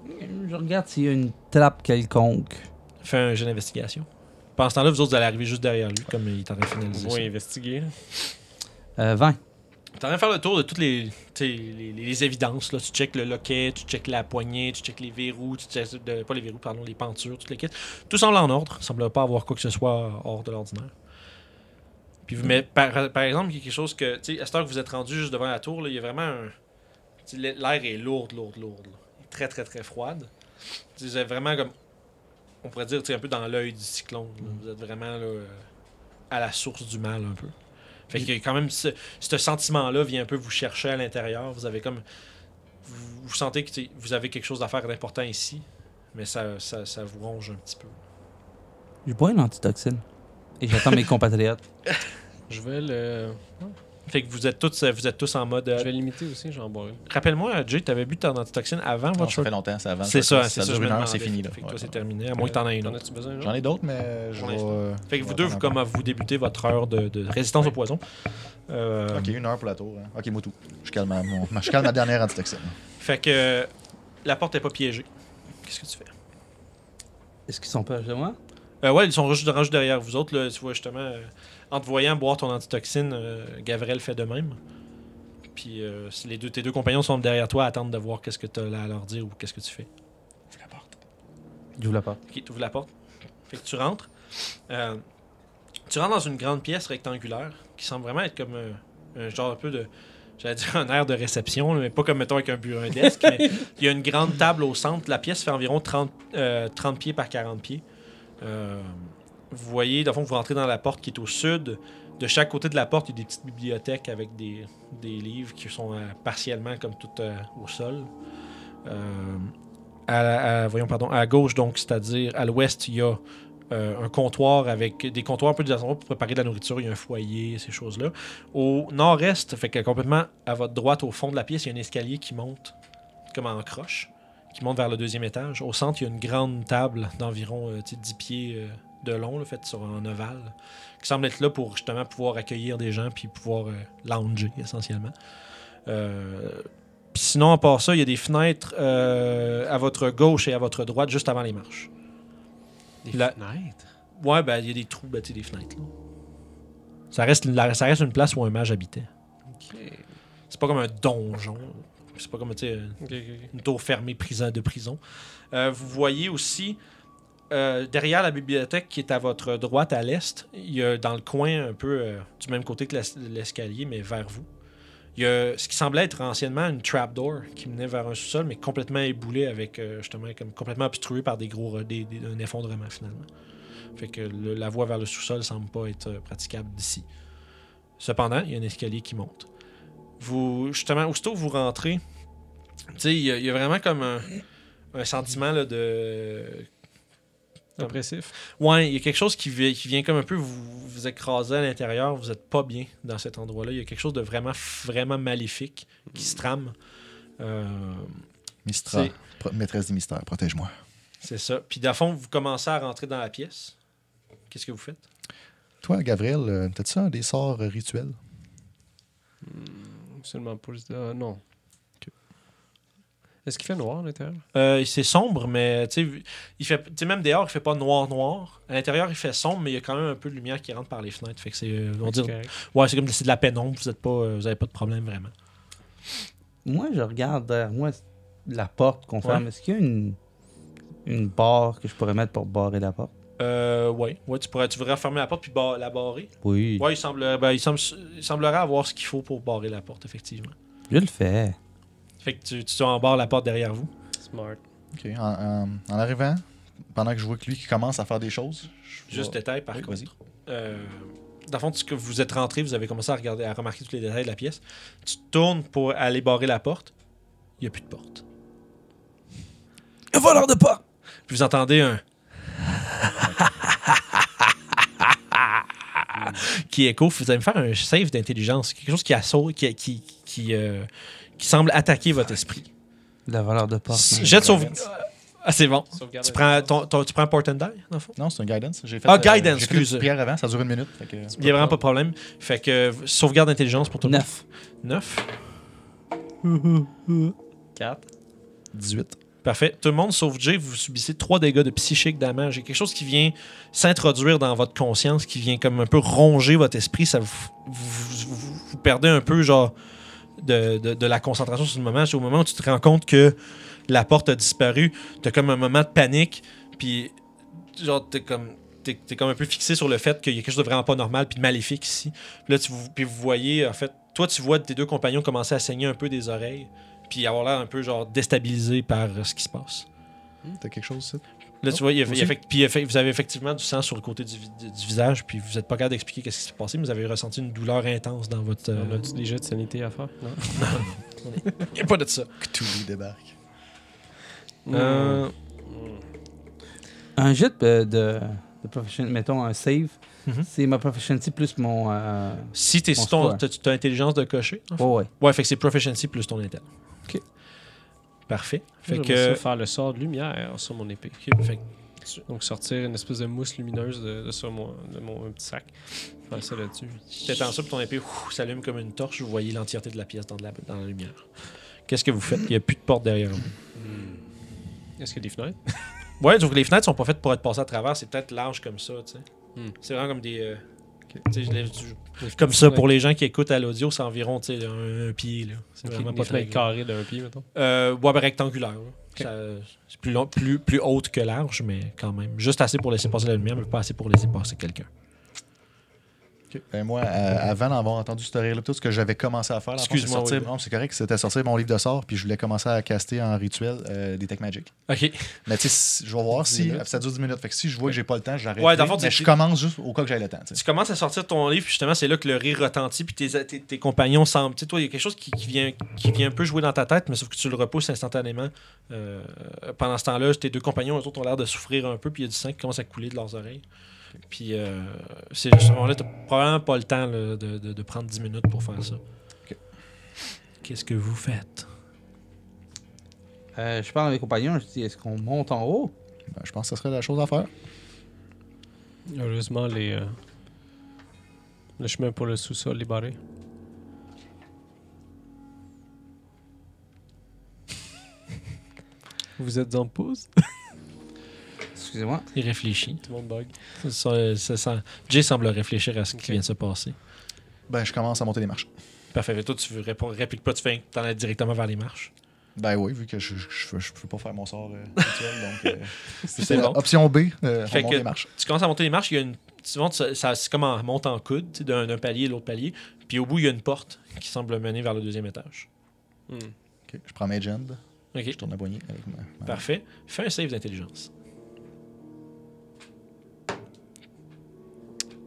[SPEAKER 3] Je regarde s'il y a une trappe quelconque.
[SPEAKER 1] Fais un jeu d'investigation. Pendant ce temps-là, vous autres, vous allez arriver juste derrière lui, comme il est en train de finaliser.
[SPEAKER 2] On va
[SPEAKER 1] ça.
[SPEAKER 2] investiguer.
[SPEAKER 3] Euh, 20.
[SPEAKER 1] T'es en train de faire le tour de toutes les, t'sais, les, les- les évidences. Là. Tu checkes le loquet, tu checkes la poignée, tu checkes les verrous, tu checkes, de- pas les verrous, pardon, les pentures, toutes les quêtes. Tout semble en ordre. Il semble pas avoir quoi que ce soit hors de l'ordinaire. Puis vous, mais par, par exemple, il y a quelque chose que, tu sais, à cette heure que vous êtes rendu juste devant la tour, là, il y a vraiment un. t'sais, L'air est lourde, lourde, lourde. là. Très, très, très froide. T'sais, Vous êtes vraiment comme. On pourrait dire, tu un peu dans l'œil du cyclone. là. Vous êtes vraiment là, euh, à la source du mal, un peu. Fait que quand même, ce- ce sentiment-là vient un peu vous chercher à l'intérieur. Vous avez comme. Vous, vous sentez que t'sais, vous avez quelque chose à faire d'important ici, mais ça, ça, ça vous ronge un petit peu.
[SPEAKER 3] Je bois une antitoxine. Et j'attends mes compatriotes.
[SPEAKER 2] Je vais le.
[SPEAKER 1] Fait que vous êtes tous, vous êtes tous en mode. euh,
[SPEAKER 2] Je vais limiter aussi, j'en bois une.
[SPEAKER 1] Rappelle-moi, Jay, t'avais bu ton antitoxine avant
[SPEAKER 4] Non,
[SPEAKER 1] votre
[SPEAKER 4] ça
[SPEAKER 1] short-
[SPEAKER 4] fait longtemps, ça avance.
[SPEAKER 1] C'est ça, c'est
[SPEAKER 4] ça.
[SPEAKER 1] ça.
[SPEAKER 4] dure
[SPEAKER 1] je me
[SPEAKER 4] une heure,
[SPEAKER 1] demandais.
[SPEAKER 4] c'est fini. là.
[SPEAKER 1] Fait que toi,
[SPEAKER 4] Ouais,
[SPEAKER 1] c'est
[SPEAKER 4] ouais.
[SPEAKER 1] terminé, à moins que t'en aies une
[SPEAKER 2] T'en
[SPEAKER 1] autre.
[SPEAKER 2] as-tu besoin d'une
[SPEAKER 4] J'en ai d'autres, mais euh, je
[SPEAKER 1] Pour
[SPEAKER 4] vais.
[SPEAKER 1] l'instant.
[SPEAKER 4] euh,
[SPEAKER 1] Fait que
[SPEAKER 4] on
[SPEAKER 1] vous
[SPEAKER 4] va
[SPEAKER 1] deux,
[SPEAKER 4] attendre
[SPEAKER 1] vous,
[SPEAKER 4] encore.
[SPEAKER 1] comment vous débutez votre heure de, de résistance au poison. Euh,
[SPEAKER 4] Ok, une heure pour la tour. hein. Ok, Moutou. Je calme, ma- mon- ma- je calme ma dernière antitoxine.
[SPEAKER 1] Fait que euh, la porte est pas piégée. Qu'est-ce que tu fais?
[SPEAKER 3] Est-ce qu'ils sont pas de moi?
[SPEAKER 1] Euh, ouais, ils sont juste, juste derrière vous autres. Là, tu vois, justement, euh, en te voyant boire ton antitoxine, euh, Gavrel fait de même. Puis euh, si les deux, tes deux compagnons sont derrière toi à attendre de voir qu'est-ce que tu as là à leur dire ou qu'est-ce que tu fais.
[SPEAKER 3] J'ouvre la porte.
[SPEAKER 1] Ok, t'ouvres la porte. Fait que tu rentres. Euh, tu rentres dans une grande pièce rectangulaire qui semble vraiment être comme un, un genre un peu de. J'allais dire un air de réception, là, mais pas comme mettons avec un bureau, un desk. mais il y a une grande table au centre. La pièce fait environ 30, euh, 30 pieds par 40 pieds. Euh, vous voyez, dans le fond, vous rentrez dans la porte qui est au sud. De chaque côté de la porte, il y a des petites bibliothèques avec des, des livres qui sont euh, partiellement comme tout euh, au sol. Euh, à, la- à- voyons, pardon, à gauche, donc, c'est-à-dire à l'ouest, il y a euh, un comptoir avec des comptoirs un peu des endroits pour préparer de la nourriture, il y a un foyer, ces choses-là. Au nord-est, fait que complètement à votre droite, au fond de la pièce, il y a un escalier qui monte comme en croche, qui monte vers le deuxième étage. Au centre, il y a une grande table d'environ euh, tu sais, 10 pieds euh, de long, là, faite sur un ovale, qui semble être là pour justement pouvoir accueillir des gens puis pouvoir euh, lounger essentiellement. Euh, puis sinon, à part ça, il y a des fenêtres euh, à votre gauche et à votre droite, juste avant les marches.
[SPEAKER 2] Des
[SPEAKER 1] La-
[SPEAKER 2] fenêtres.
[SPEAKER 1] Ouais, ben, il y a des trous, ben, tu sais, des fenêtres. là. Ça, reste, la- ça reste une place où un mage habitait.
[SPEAKER 2] Ok.
[SPEAKER 1] C'est pas comme un donjon. C'est pas comme, tu sais,
[SPEAKER 2] Ok, ok,
[SPEAKER 1] une tour fermée prison de prison. Euh, vous voyez aussi euh, derrière la bibliothèque qui est à votre droite à l'est, il y a dans le coin un peu euh, du même côté que l'es- l'escalier, mais vers vous. Il y a ce qui semblait être anciennement une trapdoor qui menait vers un sous-sol, mais complètement éboulée avec euh, justement comme complètement obstruée par des gros re- des- des- un effondrement finalement. Fait que le- la voie vers le sous-sol semble pas être euh, praticable d'ici. Cependant, il y a un escalier qui monte. Vous justement, aussitôt que vous rentrez, tu sais, il y, a- il y a vraiment comme un, un sentiment là, de.
[SPEAKER 2] ok. Impressif.
[SPEAKER 1] Ouais, il y a quelque chose qui, vi- qui vient comme un peu vous, vous écraser à l'intérieur. Vous êtes pas bien dans cet endroit-là. Il y a quelque chose de vraiment, vraiment maléfique qui se trame. Euh,
[SPEAKER 4] Mistra,
[SPEAKER 1] C'est-
[SPEAKER 4] pro- maîtresse des mystères, protège-moi.
[SPEAKER 1] c'est ça. Puis, d'un fond, vous commencez à rentrer dans la pièce. Qu'est-ce que vous faites?
[SPEAKER 4] Toi, Gabriel, euh, t'as-tu ça, des sorts euh, rituels
[SPEAKER 2] Absolument pas. juste- ah, non. Est-ce qu'il fait noir à l'intérieur?
[SPEAKER 1] Euh, c'est sombre, mais tu sais, il fait, tu sais, même dehors, il fait pas noir-noir. À l'intérieur, il fait sombre, mais il y a quand même un peu de lumière qui rentre par les fenêtres. Fait que c'est, euh, on dit-
[SPEAKER 2] C'est correct.
[SPEAKER 1] ouais, c'est comme c'est de la pénombre, vous êtes pas, euh, vous avez pas de problème vraiment.
[SPEAKER 3] Moi, je regarde derrière moi la porte qu'on
[SPEAKER 1] Ouais.
[SPEAKER 3] ferme. Est-ce qu'il y a une, une barre que je pourrais mettre pour barrer la porte?
[SPEAKER 1] Euh, ouais, ouais, tu pourrais, tu voudrais fermer la porte puis bar- la barrer.
[SPEAKER 3] Oui.
[SPEAKER 1] Ouais, il semblerait, ben, il, semble- il semblerait avoir ce qu'il faut pour barrer la porte effectivement.
[SPEAKER 3] Je le fais.
[SPEAKER 1] Fait que tu, tu en barres la porte derrière vous.
[SPEAKER 2] Smart.
[SPEAKER 4] Ok, en, en- en arrivant, pendant que je vois que lui qui commence à faire des choses, je
[SPEAKER 1] Juste
[SPEAKER 4] vais-
[SPEAKER 1] détail par
[SPEAKER 4] Oui,
[SPEAKER 1] contre.
[SPEAKER 4] vas-y.
[SPEAKER 1] Euh, dans le fond, que vous êtes rentré, vous avez commencé à regarder, à remarquer tous les détails de la pièce. Tu te tournes pour aller barrer la porte. Il n'y a plus de porte.
[SPEAKER 3] Un voleur de porte!
[SPEAKER 1] Puis vous entendez un qui écho. Vous allez me faire un save d'intelligence, quelque chose qui assaut, qui qui qui, euh, qui semble attaquer
[SPEAKER 4] Ah,
[SPEAKER 1] votre esprit.
[SPEAKER 3] Le voleur de porte. hein. man.
[SPEAKER 1] Jette sauve. Ah c'est bon.
[SPEAKER 2] Sauvegarde
[SPEAKER 1] Tu prends ton, ton- tu prends Port and Die dans le fond.
[SPEAKER 4] Non, c'est un guidance. J'ai fait,
[SPEAKER 1] Ah, guidance,
[SPEAKER 4] j'ai fait
[SPEAKER 1] excuse.
[SPEAKER 4] une prière avant, ça dure une minute. fait que-
[SPEAKER 1] Il n'y a vraiment pas de problème. Fait que euh, sauvegarde d'intelligence pour tout le monde.
[SPEAKER 3] Neuf.
[SPEAKER 1] Neuf.
[SPEAKER 2] 4.
[SPEAKER 4] 18.
[SPEAKER 1] Parfait. Tout le monde, sauf Jay, vous subissez trois dégâts de psychique damage. Il y a quelque chose qui vient s'introduire dans votre conscience, qui vient comme un peu ronger votre esprit. Ça vous, vous, vous- vous- vous perdez un peu, genre, de, de- de la concentration sur le moment. C'est au moment où tu te rends compte que la porte a disparu. T'as comme un moment de panique, puis, genre, t'es comme. T'es t'es comme un peu fixé sur le fait qu'il y a quelque chose de vraiment pas normal puis de maléfique ici. Puis là, tu, vous- puis vous voyez, en fait, toi, tu vois tes deux compagnons commencer à saigner un peu des oreilles puis avoir l'air un peu genre déstabilisé par euh, ce qui se passe.
[SPEAKER 4] T'as quelque chose, ça?
[SPEAKER 1] Là, tu vois, il y a- il y a
[SPEAKER 4] aussi?
[SPEAKER 1] effect- puis effe- vous avez effectivement du sang sur le côté du, vi- du- du visage, puis vous n'êtes pas capable d'expliquer qu'est-ce qui s'est passé, mais vous avez ressenti une douleur intense dans votre. euh,
[SPEAKER 2] On a-tu des jets de sanité à faire? Non.
[SPEAKER 1] Il n'y a pas de ça.
[SPEAKER 4] Cthulhu débarque.
[SPEAKER 1] Euh,
[SPEAKER 3] Un jet de, de, de profession- mettons un save.
[SPEAKER 1] Mhm.
[SPEAKER 3] C'est ma proficiency plus mon. euh,
[SPEAKER 1] si t'es,
[SPEAKER 3] On
[SPEAKER 1] si
[SPEAKER 3] se
[SPEAKER 1] ton,
[SPEAKER 3] voit.
[SPEAKER 1] t'as, t'as intelligence de cocher, en fait?
[SPEAKER 3] ouais, ouais.
[SPEAKER 1] ouais, fait que c'est proficiency plus ton intel.
[SPEAKER 3] Ok.
[SPEAKER 1] Parfait. Fait
[SPEAKER 2] Fait
[SPEAKER 1] que.
[SPEAKER 2] faire le sort de lumière sur mon épée.
[SPEAKER 1] ok, fait que-
[SPEAKER 2] Donc sortir une espèce de mousse lumineuse de, de sur mon, de mon petit sac. Faire ça là-dessus.
[SPEAKER 1] T'étends ça, puis ton épée ouf, s'allume comme une torche. Vous voyez l'entièreté de la pièce dans, de la, dans la lumière. Qu'est-ce que vous faites? Il n'y a plus de porte derrière vous.
[SPEAKER 2] Est-ce qu'il y a des fenêtres?
[SPEAKER 1] Ouais, donc les fenêtres sont pas faites pour être passées à travers, c'est peut-être large comme ça, tu sais.
[SPEAKER 2] Hmm.
[SPEAKER 1] C'est vraiment comme des. euh, tu sais, je l'ai- je- comme ça, pour les gens qui écoutent à l'audio, c'est environ tu sais, un, un pied. là. C'est
[SPEAKER 2] Des
[SPEAKER 1] vraiment pas très
[SPEAKER 2] fenêtres
[SPEAKER 1] grand.
[SPEAKER 2] carrées d'un pied, mettons.
[SPEAKER 1] Euh, ouais, ben, rectangulaire. là. Ça- C'est plus, long, plus, plus haute que large, mais quand même. Juste assez pour laisser passer la lumière, mais pas assez pour laisser passer quelqu'un.
[SPEAKER 4] Ben moi, euh, avant d'avoir entendu ce rire-là, tout ce que j'avais commencé à faire, dans le fond, c'est
[SPEAKER 1] Excuse-moi,
[SPEAKER 4] sortir-
[SPEAKER 1] oui.
[SPEAKER 4] non, c'est correct, c'était sortir mon livre de sort, puis je voulais commencer à caster en rituel euh, des Tech Magic.
[SPEAKER 1] Ok.
[SPEAKER 4] Mais tu sais, si- je vais voir si
[SPEAKER 2] minutes.
[SPEAKER 4] ça dure 10 minutes. Fait que si je vois que j'ai pas le temps, j'arrête.
[SPEAKER 1] Ouais, dans le fond, tu-
[SPEAKER 4] mais je commence juste au cas que j'ai le temps. tu sais.
[SPEAKER 1] Tu commences à sortir ton livre, puis justement, c'est là que le rire retentit, puis tes, tes, tes compagnons semblent. Tu sais, toi, il y a quelque chose qui, qui vient, qui vient un peu jouer dans ta tête, mais sauf que tu le repousses instantanément. Euh, pendant ce temps-là, tes deux compagnons, eux autres, ont l'air de souffrir un peu, puis il y a du sang qui commence à couler de leurs oreilles. Puis, euh, c'est à ce moment-là, t'as probablement pas le temps là, de, de- de prendre 10 minutes pour faire ça. Qu'est-ce que vous faites?
[SPEAKER 3] Euh, je parle à mes compagnons, je dis est-ce qu'on monte en haut?
[SPEAKER 4] Ben, je pense que ce serait la chose à faire.
[SPEAKER 2] Heureusement, les, euh, le chemin pour le sous-sol est barré. Vous êtes en pause?
[SPEAKER 3] Excusez-moi.
[SPEAKER 1] Il réfléchit.
[SPEAKER 2] Tout le monde bug.
[SPEAKER 1] Ça- ça sent- Jay semble réfléchir à ce qui
[SPEAKER 2] Ok.
[SPEAKER 1] vient de se passer.
[SPEAKER 4] Ben, je commence à monter les marches.
[SPEAKER 1] Parfait. Fait que Toi, tu veux répondre, réplique pas, tu fais t'en aller directement vers les marches.
[SPEAKER 4] Ben oui, vu que je, je, je, peux- je peux pas faire mon sort euh, rituel, donc euh,
[SPEAKER 1] C'est
[SPEAKER 4] c'était
[SPEAKER 1] bon.
[SPEAKER 4] option B, euh,
[SPEAKER 1] Fait
[SPEAKER 4] on monte
[SPEAKER 1] que-
[SPEAKER 4] les marches.
[SPEAKER 1] tu commences à monter les marches, il y a une. Tu montes, ça, ça- c'est comme en monte en coude, tu sais, d'un d'un palier à l'autre palier. Puis au bout, il y a une porte qui semble mener vers le deuxième étage.
[SPEAKER 4] Ok, Je prends mes gens,
[SPEAKER 1] Ok,
[SPEAKER 4] je tourne la poignée avec ma- ma-
[SPEAKER 1] parfait. Fais un save d'intelligence.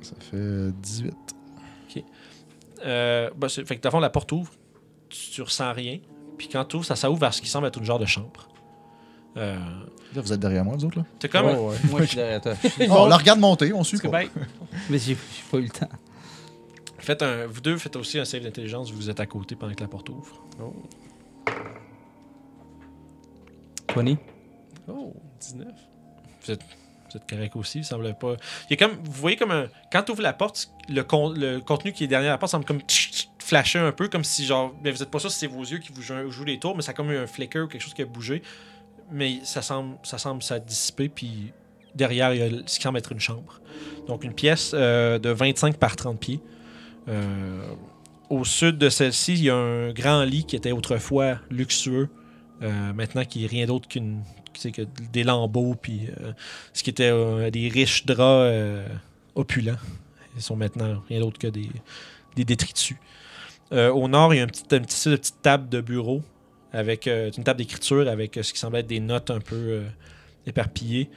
[SPEAKER 4] Ça fait 18.
[SPEAKER 1] Euh, bah, c'est- fait que, dans le fond, la porte ouvre, tu, tu ressens rien. Puis quand tu ouvres, ça s'ouvre vers ce qui semble être une genre de chambre. Euh,
[SPEAKER 4] Là, vous êtes derrière moi, vous autres, là?
[SPEAKER 1] t'as comme.
[SPEAKER 3] Moi, je suis derrière toi.
[SPEAKER 4] Oh, on la regarde monter, on suit pas.
[SPEAKER 1] ben-
[SPEAKER 3] Mais j'ai j'ai pas eu le temps.
[SPEAKER 1] Faites un, vous deux, faites aussi un save d'intelligence, vous êtes à côté pendant que la porte ouvre.
[SPEAKER 2] Oh,
[SPEAKER 3] 20.
[SPEAKER 2] Oh, 19.
[SPEAKER 1] Vous êtes correct aussi, il semble pas. Il y a comme, vous voyez comme un. Quand tu ouvres la porte, le, con- le contenu qui est derrière la porte semble comme flasher un peu, comme si, genre, ben, vous êtes pas sûr si c'est vos yeux qui vous jouent, jouent les tours, mais ça a comme eu un flicker ou quelque chose qui a bougé. Mais ça semble, ça semble s'être dissipé, puis derrière, il y a l- ce qui semble être une chambre. Donc, une pièce euh, de 25 par 30 pieds. Euh, au sud de celle-ci, il y a un grand lit qui était autrefois luxueux, euh, maintenant qui est rien d'autre qu'une c'est que des lambeaux, puis euh, ce qui était euh, des riches draps euh, opulents. Ils sont maintenant rien d'autre que des, des détritus. Euh, au nord, il y a un petit, un petit site de petite table de bureau, avec euh, une table d'écriture avec euh, ce qui semble être des notes un peu euh, éparpillées.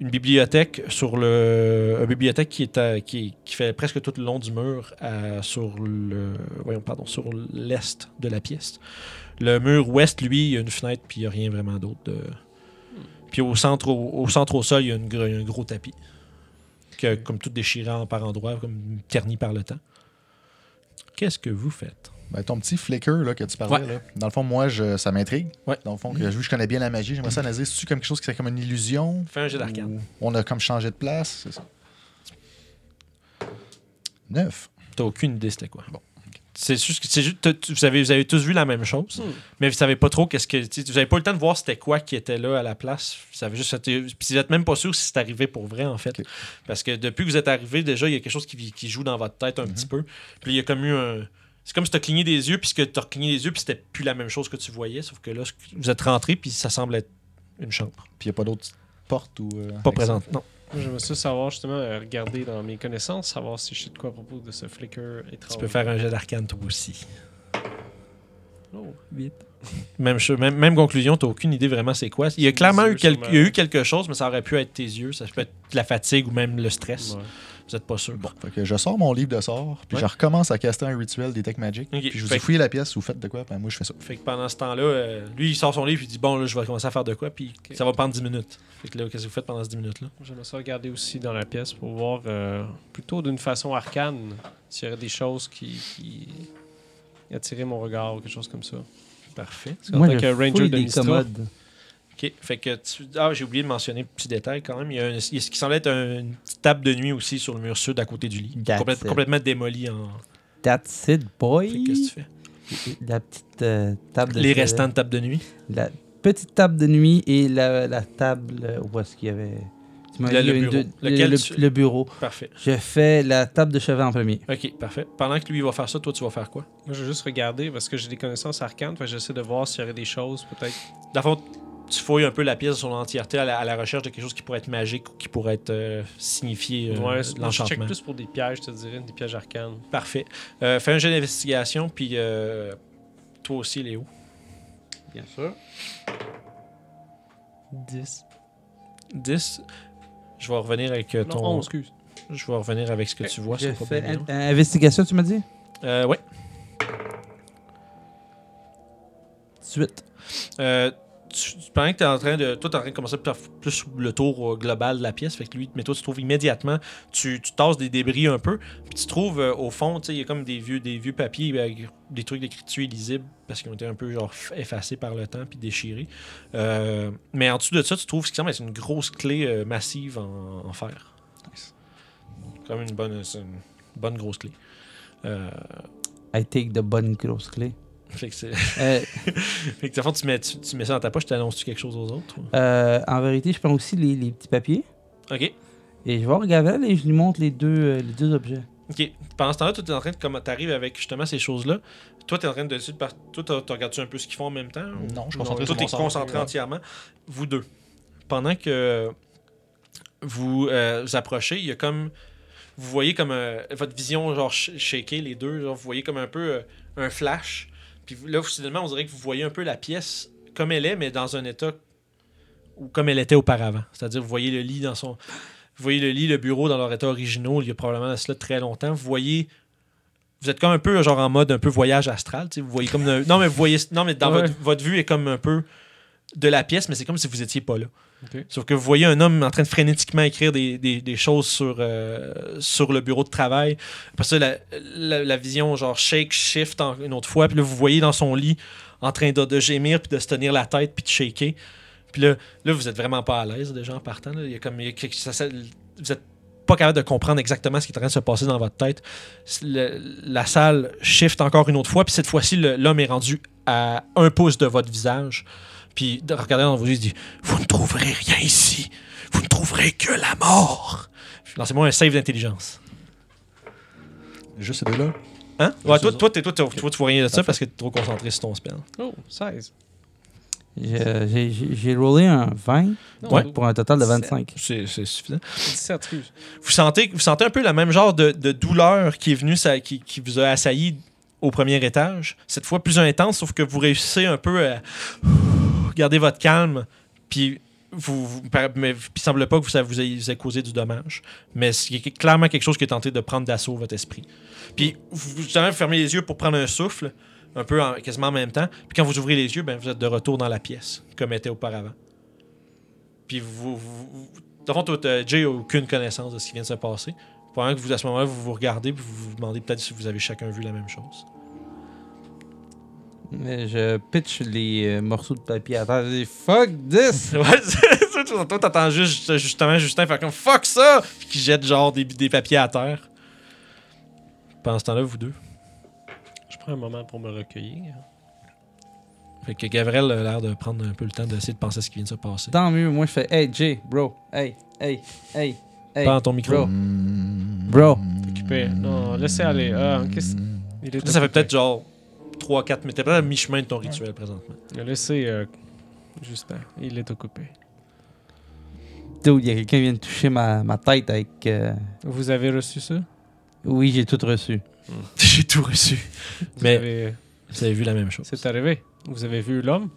[SPEAKER 1] Une bibliothèque sur le. Une bibliothèque qui, est à- qui, qui fait presque tout le long du mur à- sur le. Voyons, pardon, sur l'est de la pièce. Le mur ouest, lui, il y a une fenêtre, puis il n'y a rien vraiment d'autre de. Puis au centre, au, au centre au sol, il y a une gr- un gros tapis. Que, comme tout déchiré en- par endroits, comme terni par le temps. Qu'est-ce que vous faites?
[SPEAKER 4] Ben, ton petit flicker là, que tu parlais, là, dans le fond, moi, je, ça m'intrigue.
[SPEAKER 1] Ouais.
[SPEAKER 4] Dans le fond, que, vu que je connais bien la magie, j'aimerais ça analyser. C'est-tu comme quelque chose qui serait comme une illusion
[SPEAKER 1] Fais un jet d'arcane.
[SPEAKER 4] Ou On a comme changé de place c'est ça. Neuf.
[SPEAKER 1] T'as aucune idée c'était quoi. Bon. C'est juste que c'est juste, t'as- tu- vous, avez, vous avez tous vu la même chose, mais vous savez pas trop qu'est-ce que. tu sais, Vous avez pas eu le temps de voir c'était quoi qui était là à la place. Vous savez juste. c'était- Puis vous êtes même pas sûr si c'est arrivé pour vrai, en fait.
[SPEAKER 4] Ok.
[SPEAKER 1] Parce que depuis que vous êtes arrivé, déjà, il y a quelque chose qui, qui joue dans votre tête un petit peu. Puis il y a comme eu un. C'est comme si t'as cligné des yeux, puis ce que t'as cligné des yeux, puis c'était plus la même chose que tu voyais, sauf que là, ce que- vous êtes rentré, puis ça semble être une chambre.
[SPEAKER 4] Puis il n'y a pas d'autre porte ou. euh,
[SPEAKER 1] Pas
[SPEAKER 4] avec ça.
[SPEAKER 1] présente, non.
[SPEAKER 2] Moi, J'aimerais ça savoir justement, euh, regarder dans mes connaissances, savoir si je sais de quoi à propos de ce flicker étrange.
[SPEAKER 1] Tu peux faire un jet d'arcane, toi aussi.
[SPEAKER 2] Oh.
[SPEAKER 1] Même, cho- même, même conclusion, t'as aucune idée vraiment c'est quoi. Il y a
[SPEAKER 2] C'est
[SPEAKER 1] clairement
[SPEAKER 2] les
[SPEAKER 1] eu,
[SPEAKER 2] yeux,
[SPEAKER 1] quel-
[SPEAKER 2] sûrement.
[SPEAKER 1] il y a eu quelque chose, mais ça aurait pu être tes yeux. Ça peut être la fatigue ou même le stress.
[SPEAKER 2] Ouais.
[SPEAKER 1] Vous êtes pas sûr. Bon.
[SPEAKER 4] Fait que je sors mon livre de sorts, puis
[SPEAKER 1] Ouais.
[SPEAKER 4] je recommence à caster un rituel des tech magic.
[SPEAKER 1] Ok,
[SPEAKER 4] Puis je vous
[SPEAKER 1] fait
[SPEAKER 4] ai
[SPEAKER 1] que-
[SPEAKER 4] fouillé la pièce, vous faites de quoi? Ben moi, je fais ça.
[SPEAKER 1] Fait que pendant ce temps-là, euh, lui, il sort son livre, il dit Bon, là, je vais commencer à faire de quoi, puis
[SPEAKER 2] Ok.
[SPEAKER 1] ça va prendre 10 minutes. Fait que là, qu'est-ce que vous faites pendant ces 10 minutes-là
[SPEAKER 2] J'aimerais ça regarder aussi dans la pièce pour voir, euh, plutôt d'une façon arcane, s'il y aurait des choses qui, qui attiraient mon regard ou quelque chose comme ça.
[SPEAKER 1] Parfait.
[SPEAKER 2] Parce qu'en tant que ranger de Mistra-
[SPEAKER 1] OK. Fait que tu- Ah, j'ai oublié de mentioner un petit détail quand même. Il y a, un- il y a ce qui semble être un- une petite table de nuit aussi sur le mur sud à côté du lit.
[SPEAKER 3] That's
[SPEAKER 1] Complète-
[SPEAKER 3] it.
[SPEAKER 1] complètement démolie en.
[SPEAKER 3] That's it,
[SPEAKER 1] Fait
[SPEAKER 3] boy.
[SPEAKER 1] que qu'est-ce que tu fais
[SPEAKER 3] La petite euh, table de
[SPEAKER 1] Les restants de table de nuit.
[SPEAKER 3] La petite table de nuit et la, la table euh, où est-ce qu'il y avait. Tu m'as
[SPEAKER 1] Le-
[SPEAKER 3] dit
[SPEAKER 1] le
[SPEAKER 3] une
[SPEAKER 1] bureau.
[SPEAKER 3] deux-
[SPEAKER 1] Lequel
[SPEAKER 3] le,
[SPEAKER 1] tu-
[SPEAKER 3] le bureau.
[SPEAKER 1] Parfait.
[SPEAKER 3] Je fais la table de chevet en premier.
[SPEAKER 1] OK, parfait. Pendant que lui il va faire ça, toi, tu vas faire quoi?
[SPEAKER 2] Moi, je vais juste regarder parce que j'ai des connaissances arcanes. fait que J'essaie de voir s'il y aurait des choses, peut-être.
[SPEAKER 1] Dans le fond, tu fouilles un peu la pièce dans son entièreté à la, à la recherche de quelque chose qui pourrait être magique ou qui pourrait être euh, signifié euh,
[SPEAKER 2] ouais, c'est- je check
[SPEAKER 1] l'enchantement.
[SPEAKER 2] plus pour des pièges, je te dirais, des pièges arcanes.
[SPEAKER 1] Parfait. Euh, fais un jeu d'investigation, puis euh, toi aussi, Léo.
[SPEAKER 3] Bien sûr. 10.
[SPEAKER 1] 10. Je vais revenir avec euh,
[SPEAKER 2] Non,
[SPEAKER 1] ton.
[SPEAKER 2] 11, excuse.
[SPEAKER 1] Je vais revenir avec ce que tu vois.
[SPEAKER 3] Euh, Je
[SPEAKER 1] c'est pas
[SPEAKER 3] fais
[SPEAKER 1] bien
[SPEAKER 3] in- euh, investigation, tu m'as dit
[SPEAKER 1] bien. Euh, ouais.
[SPEAKER 3] 18.
[SPEAKER 1] Euh, tu, tu- pendant que tu es en train de. Toi, tu en train de commencer à faire plus le tour euh, global de la pièce. Fait que lui, mais toi, tu trouves immédiatement. Tu, tu tasses des débris un peu. Puis tu trouves euh, au fond, tu sais, il y a comme des vieux, des vieux papiers avec des trucs d'écriture illisibles parce qu'ils ont été un peu genre f- effacés par le temps puis déchirés. Euh, mais en dessous de ça, tu trouves ce qui semble être une grosse clé euh, massive en, en fer. Comme une bonne, c'est une bonne grosse clé. Euh,
[SPEAKER 3] I take de bonnes grosses clés.
[SPEAKER 1] fait que c'est.
[SPEAKER 3] Euh,
[SPEAKER 1] fait que, dans le fond, tu mets, tu, tu mets ça dans ta poche, tu annonces-tu quelque chose aux autres? ou?
[SPEAKER 3] euh, en vérité, je prends aussi les, les petits papiers
[SPEAKER 1] Ok.
[SPEAKER 3] et je vais regarder et je lui montre les deux, euh, les deux objets.
[SPEAKER 1] Ok. Pendant ce temps-là, toi, t'es en train de. Comme t'arrives avec justement ces choses-là. Toi, t'es en train de. tu- par- Toi, t'as- t'as- regardes-tu un peu ce qu'ils font en même temps ou-
[SPEAKER 4] Non, je suis
[SPEAKER 1] Non,
[SPEAKER 4] concentré
[SPEAKER 1] Toi,
[SPEAKER 4] sur
[SPEAKER 1] t'es
[SPEAKER 4] mon sort.
[SPEAKER 1] concentré
[SPEAKER 4] Ouais.
[SPEAKER 1] entièrement. Vous deux. Pendant que vous euh, vous approchez, il y a comme. Vous voyez comme. euh, votre vision, genre, sh- shaker les deux. genre, vous voyez comme un peu euh, un flash. Puis vous- là, finalement, on dirait que vous voyez un peu la pièce comme elle est, mais dans un état ou comme elle était auparavant. C'est-à-dire, vous voyez le lit dans son. Vous voyez le lit, le bureau dans leur état originaux, il y a probablement cela très longtemps. Vous voyez. Vous êtes comme un peu genre en mode un peu voyage astral, tu sais, vous voyez comme un- non mais vous voyez non mais dans
[SPEAKER 2] Ouais.
[SPEAKER 1] votre, votre vue est comme un peu de la pièce mais c'est comme si vous étiez pas là.
[SPEAKER 2] Ok.
[SPEAKER 1] Sauf que vous voyez un homme en train de frénétiquement écrire des, des- des choses sur euh, sur le bureau de travail. Après ça la, la- la vision genre shake shift en- une autre fois puis là vous voyez dans son lit en train de, de gémir puis de se tenir la tête puis de shaker. Puis là, là, vous êtes vraiment pas à l'aise déjà en partant. là. Il y a comme, il y a quelque- ça- ça- vous êtes pas capable de comprendre exactement ce qui est en train de se passer dans votre tête. Le- la salle shift encore une autre fois, puis cette fois-ci, le- l'homme est rendu à un pouce de votre visage. Puis, de- regardez dans vos yeux, il dit Vous ne trouverez rien ici. Vous ne trouverez que la mort. Lancez-moi un save d'intelligence.
[SPEAKER 4] Juste ces deux-là.
[SPEAKER 1] Hein
[SPEAKER 4] Ouais,
[SPEAKER 1] Ouais,
[SPEAKER 4] c'est
[SPEAKER 1] toi,
[SPEAKER 4] ça.
[SPEAKER 1] toi, t'es- toi, t'as- toi, tu vois rien de ça
[SPEAKER 4] Parfait.
[SPEAKER 1] parce que t'es trop concentré sur ton spell.
[SPEAKER 2] Oh, 16.
[SPEAKER 3] J'ai- J'ai j'ai- j'ai roulé un 20
[SPEAKER 2] Non,
[SPEAKER 1] Ouais.
[SPEAKER 3] pour un total de 25.
[SPEAKER 1] C'est c'est suffisant.
[SPEAKER 2] 17, excuse.
[SPEAKER 1] vous sentez, vous sentez un peu le même genre de, de douleur qui est venu, ça- qui, qui vous a assailli au premier étage. Cette fois plus intense, sauf que vous réussissez un peu à garder votre calme, puis vous, vous- par- mais puis il semble pas que vous- ça vous ait, vous ait causé du dommage. Mais c'est que- clairement quelque chose qui est tenté de prendre d'assaut votre esprit. Puis vous, vous- justement, vous fermez les yeux pour prendre un souffle, un peu en- quasiment en même temps. Puis quand vous ouvrez les yeux, ben, vous êtes de retour dans la pièce, comme était auparavant. Puis vous, vous, vous- dans le fond, toi, t'as- Jay n'a aucune connaissance de ce qui vient de se passer. Pendant que vous, à ce moment-là, vous vous regardez puis vous vous demandez peut-être si vous avez chacun vu la même chose.
[SPEAKER 3] Mais Euh, je pitch les euh, morceaux de papier à terre. Je dis fuck this!
[SPEAKER 1] Ouais, c'est- toi, t'entends juste justement Justin faire comme fuck ça! Puis qui jette genre des, des papiers à terre. Pendant ce temps-là, vous deux.
[SPEAKER 2] Je prends un moment pour me recueillir.
[SPEAKER 1] Fait que Gabriel a l'air de prendre un peu le temps d'essayer de penser à ce qui vient de se passer.
[SPEAKER 3] Tant mieux, moi je fais hey Jay, bro, hey, hey, hey, hey.
[SPEAKER 1] Prends ton micro.
[SPEAKER 3] Bro. Bro.
[SPEAKER 2] Occupé.
[SPEAKER 4] Hmm.
[SPEAKER 2] Non, laissez aller. Ah, qu'est-ce. Il est
[SPEAKER 1] Là, ça fait
[SPEAKER 2] occupé.
[SPEAKER 1] peut-être genre 3-4 minutes. T'es peut-être à mi-chemin de ton rituel présentement.
[SPEAKER 2] Laissez. euh, Justin, il est occupé.
[SPEAKER 3] Dude, il y a quelqu'un qui vient de toucher ma, ma tête avec. euh,
[SPEAKER 2] Vous avez reçu ça?
[SPEAKER 3] Oui, j'ai tout reçu.
[SPEAKER 1] J'ai tout reçu.
[SPEAKER 2] Vous
[SPEAKER 1] Mais-
[SPEAKER 2] avez-
[SPEAKER 1] Vous avez vu la même chose.
[SPEAKER 2] C'est arrivé. Vous avez vu l'homme?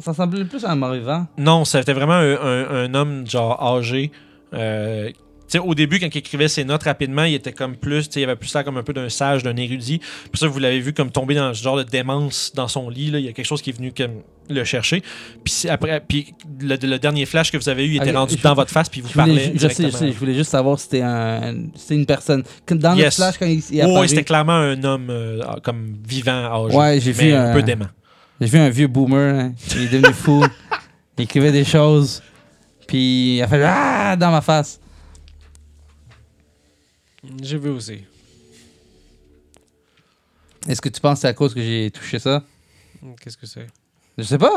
[SPEAKER 3] Ça semblait plus un mauvais vent.
[SPEAKER 1] Non, c'était vraiment un, un- un homme genre âgé. Euh, tu sais, au début, quand il écrivait ses notes rapidement, il était comme plus, tu sais, il avait plus l'air comme un peu d'un sage, d'un érudit. Pour ça, vous l'avez vu comme tomber dans ce genre de démence dans son lit. là. Il y a quelque chose qui est venu comme le chercher. Puis c'est- après, puis le, le dernier flash que vous avez eu il était
[SPEAKER 3] Ok,
[SPEAKER 1] rendu
[SPEAKER 3] Ah, je-
[SPEAKER 1] dans votre face, puis il vous
[SPEAKER 3] Je, voulais,
[SPEAKER 1] parlait.
[SPEAKER 3] je- je sais, je
[SPEAKER 1] directement.
[SPEAKER 3] sais, je voulais juste savoir si c'était un, un- c'était une personne. Que Dans
[SPEAKER 1] Yes.
[SPEAKER 3] le flash, quand il, il est
[SPEAKER 1] Ouais, ouais,
[SPEAKER 3] apparu,
[SPEAKER 1] Oh, c'était clairement un homme euh, comme vivant, âgé.
[SPEAKER 3] Ouais, j'ai
[SPEAKER 1] mais
[SPEAKER 3] vu,
[SPEAKER 1] un
[SPEAKER 3] euh,
[SPEAKER 1] peu dément.
[SPEAKER 3] j'ai vu un vieux boomer. hein. Il est devenu fou. il écrivait des choses. Puis il a fait ah dans ma face.
[SPEAKER 2] J'ai vu aussi.
[SPEAKER 3] Est-ce que tu penses que c'est à cause que j'ai touché ça
[SPEAKER 2] Qu'est-ce que c'est?
[SPEAKER 3] Je sais pas.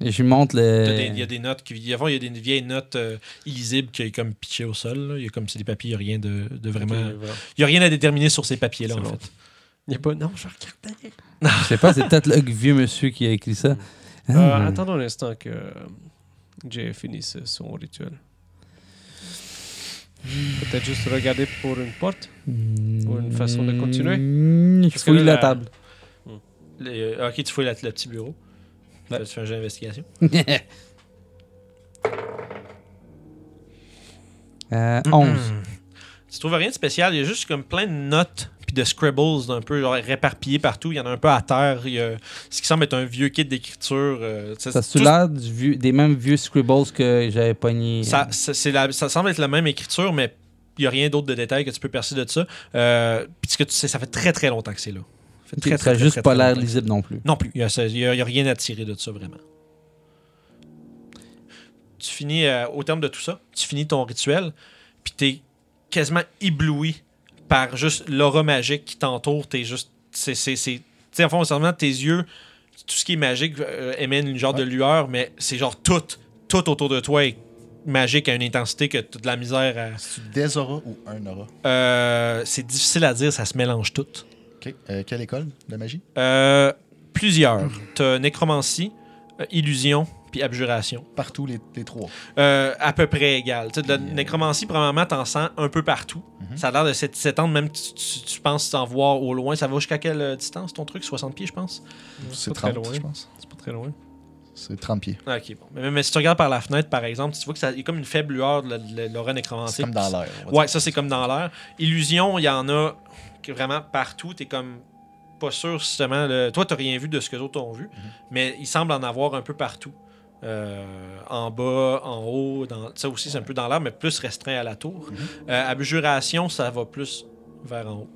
[SPEAKER 3] Et je lui montre
[SPEAKER 1] Il y a des-
[SPEAKER 3] le.
[SPEAKER 1] Il y a des notes qui. Avant, il y a des vieilles notes euh, illisibles qui est comme pitchées au sol. là. Il y a comme c'est des papiers, il n'y a rien de, de vraiment.
[SPEAKER 2] Ok, voilà.
[SPEAKER 1] Il n'y a rien à déterminer sur ces papiers-là,
[SPEAKER 2] C'est
[SPEAKER 1] en
[SPEAKER 2] bon.
[SPEAKER 1] fait.
[SPEAKER 2] Il y a pas. Non, je regardais.
[SPEAKER 3] Je sais pas, c'est peut-être le vieux monsieur qui a écrit ça.
[SPEAKER 2] Euh,
[SPEAKER 3] Ah.
[SPEAKER 2] Attendons un instant que euh, Jay finisse son rituel. Peut-être juste regarder pour une porte. Ou une façon de continuer?
[SPEAKER 3] Mmh, Je
[SPEAKER 2] Parce que
[SPEAKER 3] fouille
[SPEAKER 2] là,
[SPEAKER 3] la
[SPEAKER 2] la-
[SPEAKER 3] table.
[SPEAKER 1] Les- euh, ok, tu fouilles la- le petit bureau. Tu fais- Tu fais un jeu d'investigation.
[SPEAKER 3] Euh, 11.
[SPEAKER 1] Tu trouves rien de spécial. Il y a juste comme plein de notes puis de scribbles un peu genre réparpillés partout. Il y en a un peu à terre. Il y a ce qui semble être un vieux kit d'écriture. euh, tu sais,
[SPEAKER 3] Ça
[SPEAKER 1] tout-
[SPEAKER 3] se l'air du vieux- des mêmes vieux scribbles que j'avais pogné.
[SPEAKER 1] Ça, ça- c'est la- ça semble être la même écriture, mais il n'y a rien d'autre de détail que tu peux percer de ça. Euh, puis ce que tu sais, ça fait très très longtemps que c'est là. Ça fait
[SPEAKER 3] Ok,
[SPEAKER 1] très,
[SPEAKER 3] ça
[SPEAKER 1] très,
[SPEAKER 3] a
[SPEAKER 1] très,
[SPEAKER 3] juste
[SPEAKER 1] très,
[SPEAKER 3] pas
[SPEAKER 1] très
[SPEAKER 3] l'air
[SPEAKER 1] longtemps.
[SPEAKER 3] lisible non plus.
[SPEAKER 1] Non plus. Il n'y a, il y a rien à tirer de ça vraiment. Tu finis, euh, au terme de tout ça, tu finis ton rituel, puis t'es quasiment ébloui par juste l'aura magique qui t'entoure. T'es juste. c'est- c'est- c'est- Tu sais, en fond, seulement tes yeux, tout ce qui est magique euh, émane une genre de lueur, mais c'est genre tout, tout autour de toi est magique à une intensité que t'as de la misère à.
[SPEAKER 4] C'est-tu des auras ou un aura?
[SPEAKER 1] Euh, c'est difficile à dire, ça se mélange tout.
[SPEAKER 4] OK. Euh, quelle école de magie?
[SPEAKER 1] Euh, plusieurs. T'as nécromancie, euh, illusion, puis abjuration.
[SPEAKER 4] Partout, les, les trois.
[SPEAKER 1] Euh, à peu près égal. Tu sais, de la
[SPEAKER 4] Puis, euh,
[SPEAKER 1] nécromancie, premièrement, t'en sens un peu partout.
[SPEAKER 4] Mhm.
[SPEAKER 1] Ça a l'air de s'é- s'étendre, même tu, tu, tu penses t'en voir au loin. Ça va jusqu'à quelle euh, distance ton truc 60 pieds, je pense
[SPEAKER 4] C'est
[SPEAKER 2] pas très
[SPEAKER 4] 30,
[SPEAKER 2] loin.
[SPEAKER 4] je pense.
[SPEAKER 2] C'est pas très loin.
[SPEAKER 4] C'est 30 pieds.
[SPEAKER 1] Ah, Ok, bon. Mais, mais si tu regardes par la fenêtre, par exemple, tu vois qu'il y a comme une faible lueur de la- de la- de l'aura
[SPEAKER 4] C'est
[SPEAKER 1] nécromantique.
[SPEAKER 4] comme dans l'air. on va
[SPEAKER 1] Ouais, ça c'est comme dans l'air. Illusion, il y en a que vraiment partout. T'es comme pas sûr justement. le- Toi, t'as rien vu de ce que d'autres ont vu,
[SPEAKER 4] Mhm.
[SPEAKER 1] mais il semble en avoir un peu partout. Euh, en bas, en haut, dans... ça aussi c'est un peu dans l'air, mais plus restreint à la tour.
[SPEAKER 4] Mhm.
[SPEAKER 1] Euh, abjuration, ça va plus vers en haut.
[SPEAKER 4] dire.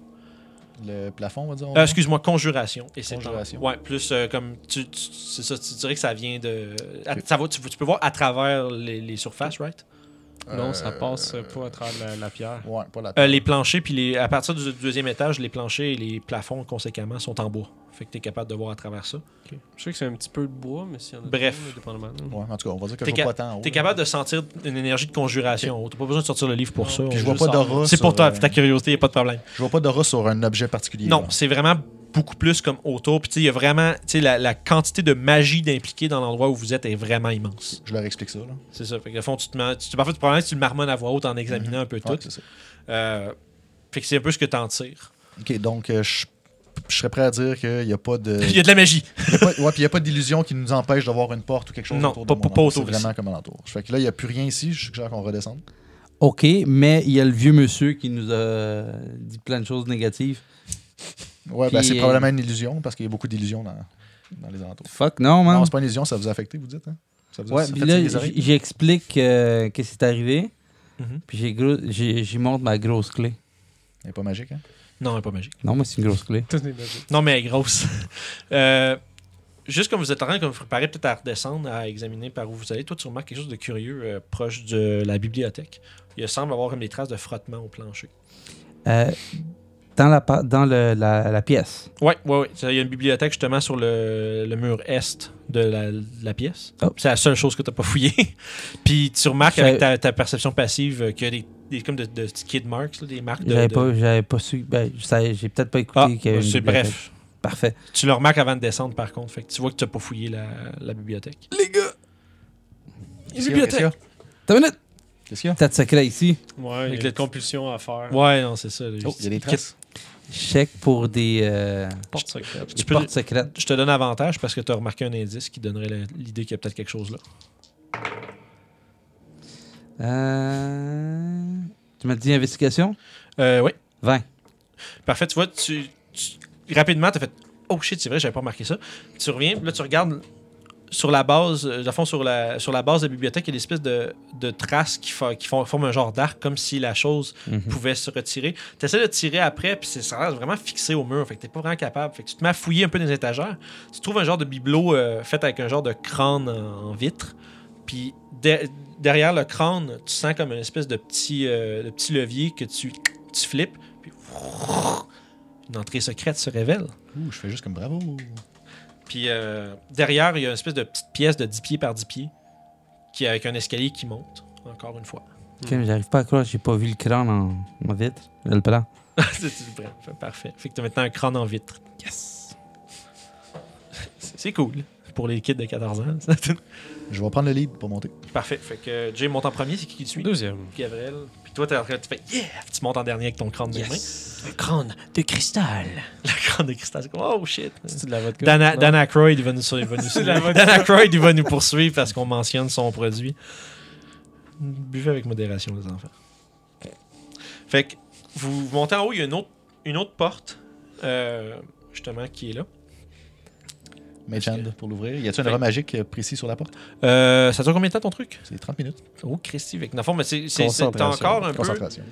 [SPEAKER 4] Le plafond, on va dire. on
[SPEAKER 1] Euh,
[SPEAKER 4] va dire.
[SPEAKER 1] Excuse-moi, conjuration. Et c'est en-
[SPEAKER 4] Conjuration.
[SPEAKER 1] Ouais, plus euh, comme tu, tu- c'est ça, tu dirais que ça vient de. à- ça va, tu, tu peux voir à travers les, les surfaces, right?
[SPEAKER 2] Non,
[SPEAKER 4] Euh,
[SPEAKER 2] ça passe pas à travers la, la pierre.
[SPEAKER 4] Ouais, pas la
[SPEAKER 1] Euh, les planchers, puis les, à partir du deuxième étage, les planchers et les plafonds, conséquemment, sont en bois. Fait que t'es capable de voir à travers ça.
[SPEAKER 2] Je sais que c'est un petit peu de bois, mais s'il y en a
[SPEAKER 1] Bref.
[SPEAKER 2] trop, dépendamment.
[SPEAKER 4] Ouais, en tout cas, on va dire que
[SPEAKER 1] T'es
[SPEAKER 4] je
[SPEAKER 1] ca-
[SPEAKER 4] vois pas tant. en haut,
[SPEAKER 1] T'es
[SPEAKER 4] là.
[SPEAKER 1] capable de sentir une énergie de conjuration. T'as pas besoin de sortir le livre pour
[SPEAKER 2] Non,
[SPEAKER 1] ça.
[SPEAKER 2] puis
[SPEAKER 1] On-
[SPEAKER 4] Je vois
[SPEAKER 2] Juste
[SPEAKER 4] pas d'aura.
[SPEAKER 1] C'est
[SPEAKER 4] sur,
[SPEAKER 1] pour toi,
[SPEAKER 4] euh,
[SPEAKER 1] ta curiosité, y a pas de problème.
[SPEAKER 4] Je vois pas d'aura sur un objet particulier.
[SPEAKER 1] Non,
[SPEAKER 4] là.
[SPEAKER 1] c'est vraiment beaucoup plus comme autour. Puis tu sais, il y a vraiment, tu sais, la, la quantité de magie d'impliquer dans l'endroit où vous êtes est vraiment immense.
[SPEAKER 4] Je leur explique ça. Là.
[SPEAKER 1] C'est ça. Fait que, au fond, tu te mets- tu, parfois, tu, probablement, tu le marmonnes à voix haute en examinant un peu
[SPEAKER 4] Mhm. Ouais,
[SPEAKER 1] tout.
[SPEAKER 4] c'est ça.
[SPEAKER 1] Euh, fait que c'est un peu ce que t'en tires.
[SPEAKER 4] Ok, donc euh, je je serais prêt à dire qu'il n'y a pas de.
[SPEAKER 1] Il y a de la magie.
[SPEAKER 4] il y a pas- ouais, puis il y a pas d'illusion qui nous empêche d'avoir une porte ou quelque chose
[SPEAKER 1] Non,
[SPEAKER 4] autour
[SPEAKER 1] pas-
[SPEAKER 4] de
[SPEAKER 1] pas-
[SPEAKER 4] mon
[SPEAKER 1] pas
[SPEAKER 4] endroit.
[SPEAKER 1] autour
[SPEAKER 4] C'est
[SPEAKER 1] ici.
[SPEAKER 4] vraiment comme alentour. Fait que là, il n'y a plus rien ici. Je suggère qu'on redescende.
[SPEAKER 3] OK, mais il y a le vieux monsieur qui nous a dit plein de choses négatives.
[SPEAKER 4] Ouais,
[SPEAKER 3] Puis,
[SPEAKER 4] ben, c'est
[SPEAKER 3] euh,
[SPEAKER 4] probablement une illusion parce qu'il y a beaucoup d'illusions dans, dans les alentours.
[SPEAKER 3] Fuck, non, man.
[SPEAKER 4] Non, c'est pas une illusion, ça vous a affecté, vous dites. Hein? Ça vous a
[SPEAKER 3] Ouais,
[SPEAKER 4] fait
[SPEAKER 3] puis
[SPEAKER 4] tirer
[SPEAKER 3] là,
[SPEAKER 4] les oreilles?
[SPEAKER 3] j- j'explique euh, qu'est-ce qui est arrivé.
[SPEAKER 1] Mhm.
[SPEAKER 3] Puis j'ai gros- j'ai- j'y montre ma grosse clé.
[SPEAKER 4] Elle est pas magique, hein?
[SPEAKER 1] Non, elle est pas magique.
[SPEAKER 3] Non, mais c'est une grosse clé.
[SPEAKER 2] Tout est magique.
[SPEAKER 1] Non, mais elle est grosse. Euh, juste comme vous êtes en train de vous préparer peut-être à redescendre, à examiner par où vous allez, toi, tu remarques quelque chose de curieux euh, proche de la bibliothèque. Il semble avoir comme des traces de frottement au plancher.
[SPEAKER 3] Euh, dans la, pa- dans le- la, la pièce.
[SPEAKER 1] Ouais, ouais, ouais. Il y a une bibliothèque justement sur le, le mur est de la, de la pièce.
[SPEAKER 3] Oh.
[SPEAKER 1] C'est la seule chose que tu n'as pas fouillée. Puis tu remarques
[SPEAKER 3] Je-
[SPEAKER 1] avec ta, ta perception passive euh, qu'il y a des, des- comme de, de skid marks, là, des marques de.
[SPEAKER 3] J'avais
[SPEAKER 1] de-
[SPEAKER 3] pas, j'avais pas su. Ben, je savais- j'ai peut-être pas écouté
[SPEAKER 1] Ah,
[SPEAKER 3] qu'il y avait une
[SPEAKER 1] c'est
[SPEAKER 3] bibliothèque.
[SPEAKER 1] bref.
[SPEAKER 3] Parfait.
[SPEAKER 1] Tu le remarques avant de descendre par contre. Fait que tu vois que tu n'as pas fouillé la, la bibliothèque.
[SPEAKER 3] Les gars,
[SPEAKER 1] Une
[SPEAKER 4] Qu'est-ce qu'il y a?
[SPEAKER 1] bibliothèque.
[SPEAKER 3] t'as une minute.
[SPEAKER 4] Qu'est-ce qu'il y a?
[SPEAKER 3] T'as de secret ici.
[SPEAKER 2] Ouais, il y
[SPEAKER 1] Avec
[SPEAKER 2] a
[SPEAKER 1] le-
[SPEAKER 2] des compulsions à faire.
[SPEAKER 1] Ouais, non, c'est ça. là.
[SPEAKER 4] Oh, il y a des traces.
[SPEAKER 3] Check pour des, euh,
[SPEAKER 2] Porte secrète.
[SPEAKER 1] Tu
[SPEAKER 3] des
[SPEAKER 1] peux-
[SPEAKER 3] portes secrètes.
[SPEAKER 1] Je te donne avantage parce que tu as remarqué un indice qui donnerait la- l'idée qu'il y a peut-être quelque chose là.
[SPEAKER 3] Euh, Tu m'as dit investigation?
[SPEAKER 1] Euh, oui.
[SPEAKER 3] 20.
[SPEAKER 1] Parfait, tu vois, tu, tu- rapidement, t'as fait Oh shit, c'est vrai, j'avais pas remarqué ça. Tu reviens, puis là, tu regardes sur la base, euh, à fond, sur la, sur la base de la bibliothèque, il y a des espèces de, de traces qui, fa- qui font, forment un genre d'arc, comme si la chose
[SPEAKER 3] Mhm.
[SPEAKER 1] pouvait se retirer. Tu essaies de tirer après, puis c'est- ça a l'air vraiment fixé au mur, fait que t'es pas vraiment capable. Fait que tu te mets à fouiller un peu dans les étagères. Tu trouves un genre de bibelot euh, fait avec un genre de crâne en, en vitre, puis de- derrière le crâne, tu sens comme une espèce de petit, euh, de petit levier que tu, tu flippes une entrée secrète se révèle.
[SPEAKER 4] Ouh, je fais juste comme bravo.
[SPEAKER 1] Puis euh, derrière, il y a une espèce de petite pièce de 10 pieds par 10 pieds qui est avec un escalier qui monte, encore une fois.
[SPEAKER 3] Ok, mais J'arrive pas à croire, j'ai pas vu le crâne en, en vitre. Le plan.
[SPEAKER 1] C'est- c'est vrai. Parfait. Fait que tu as maintenant un crâne en vitre.
[SPEAKER 3] Yes.
[SPEAKER 1] C'est c'est cool pour les kids de 14 ans. ça.
[SPEAKER 4] Je vais prendre le lead pour monter.
[SPEAKER 1] Parfait. Fait que euh, Jay monte en premier, c'est qui qui te suit
[SPEAKER 2] Deuxième.
[SPEAKER 1] Gabriel. Puis toi, t'es en train- tu fais Yeah! Tu montes en dernier avec ton crâne de main. Le crâne de cristal. Le crâne de cristal. c'est comme, Oh shit!
[SPEAKER 2] C'est de la vodka.
[SPEAKER 1] Dan,
[SPEAKER 2] Non.
[SPEAKER 1] Dan Aykroyd, il va nous, sur- il va nous- Dan Aykroyd, il va nous poursuivre parce qu'on mentionne son produit. Buvez avec modération, les enfants. Fait que vous montez en haut, il y a une autre, une autre porte, euh, justement, qui est là.
[SPEAKER 4] Mage Hand pour l'ouvrir. Y a-t-il un
[SPEAKER 1] Fait-
[SPEAKER 4] aura magique euh, précis sur la porte?
[SPEAKER 1] Euh, ça dure combien de temps ton truc
[SPEAKER 4] C'est 30 minutes.
[SPEAKER 1] Oh, Christy, avec dans le fond, mais c'est c'est- c'est- t'as
[SPEAKER 2] Concentration.
[SPEAKER 1] encore un peu.
[SPEAKER 4] Concentration.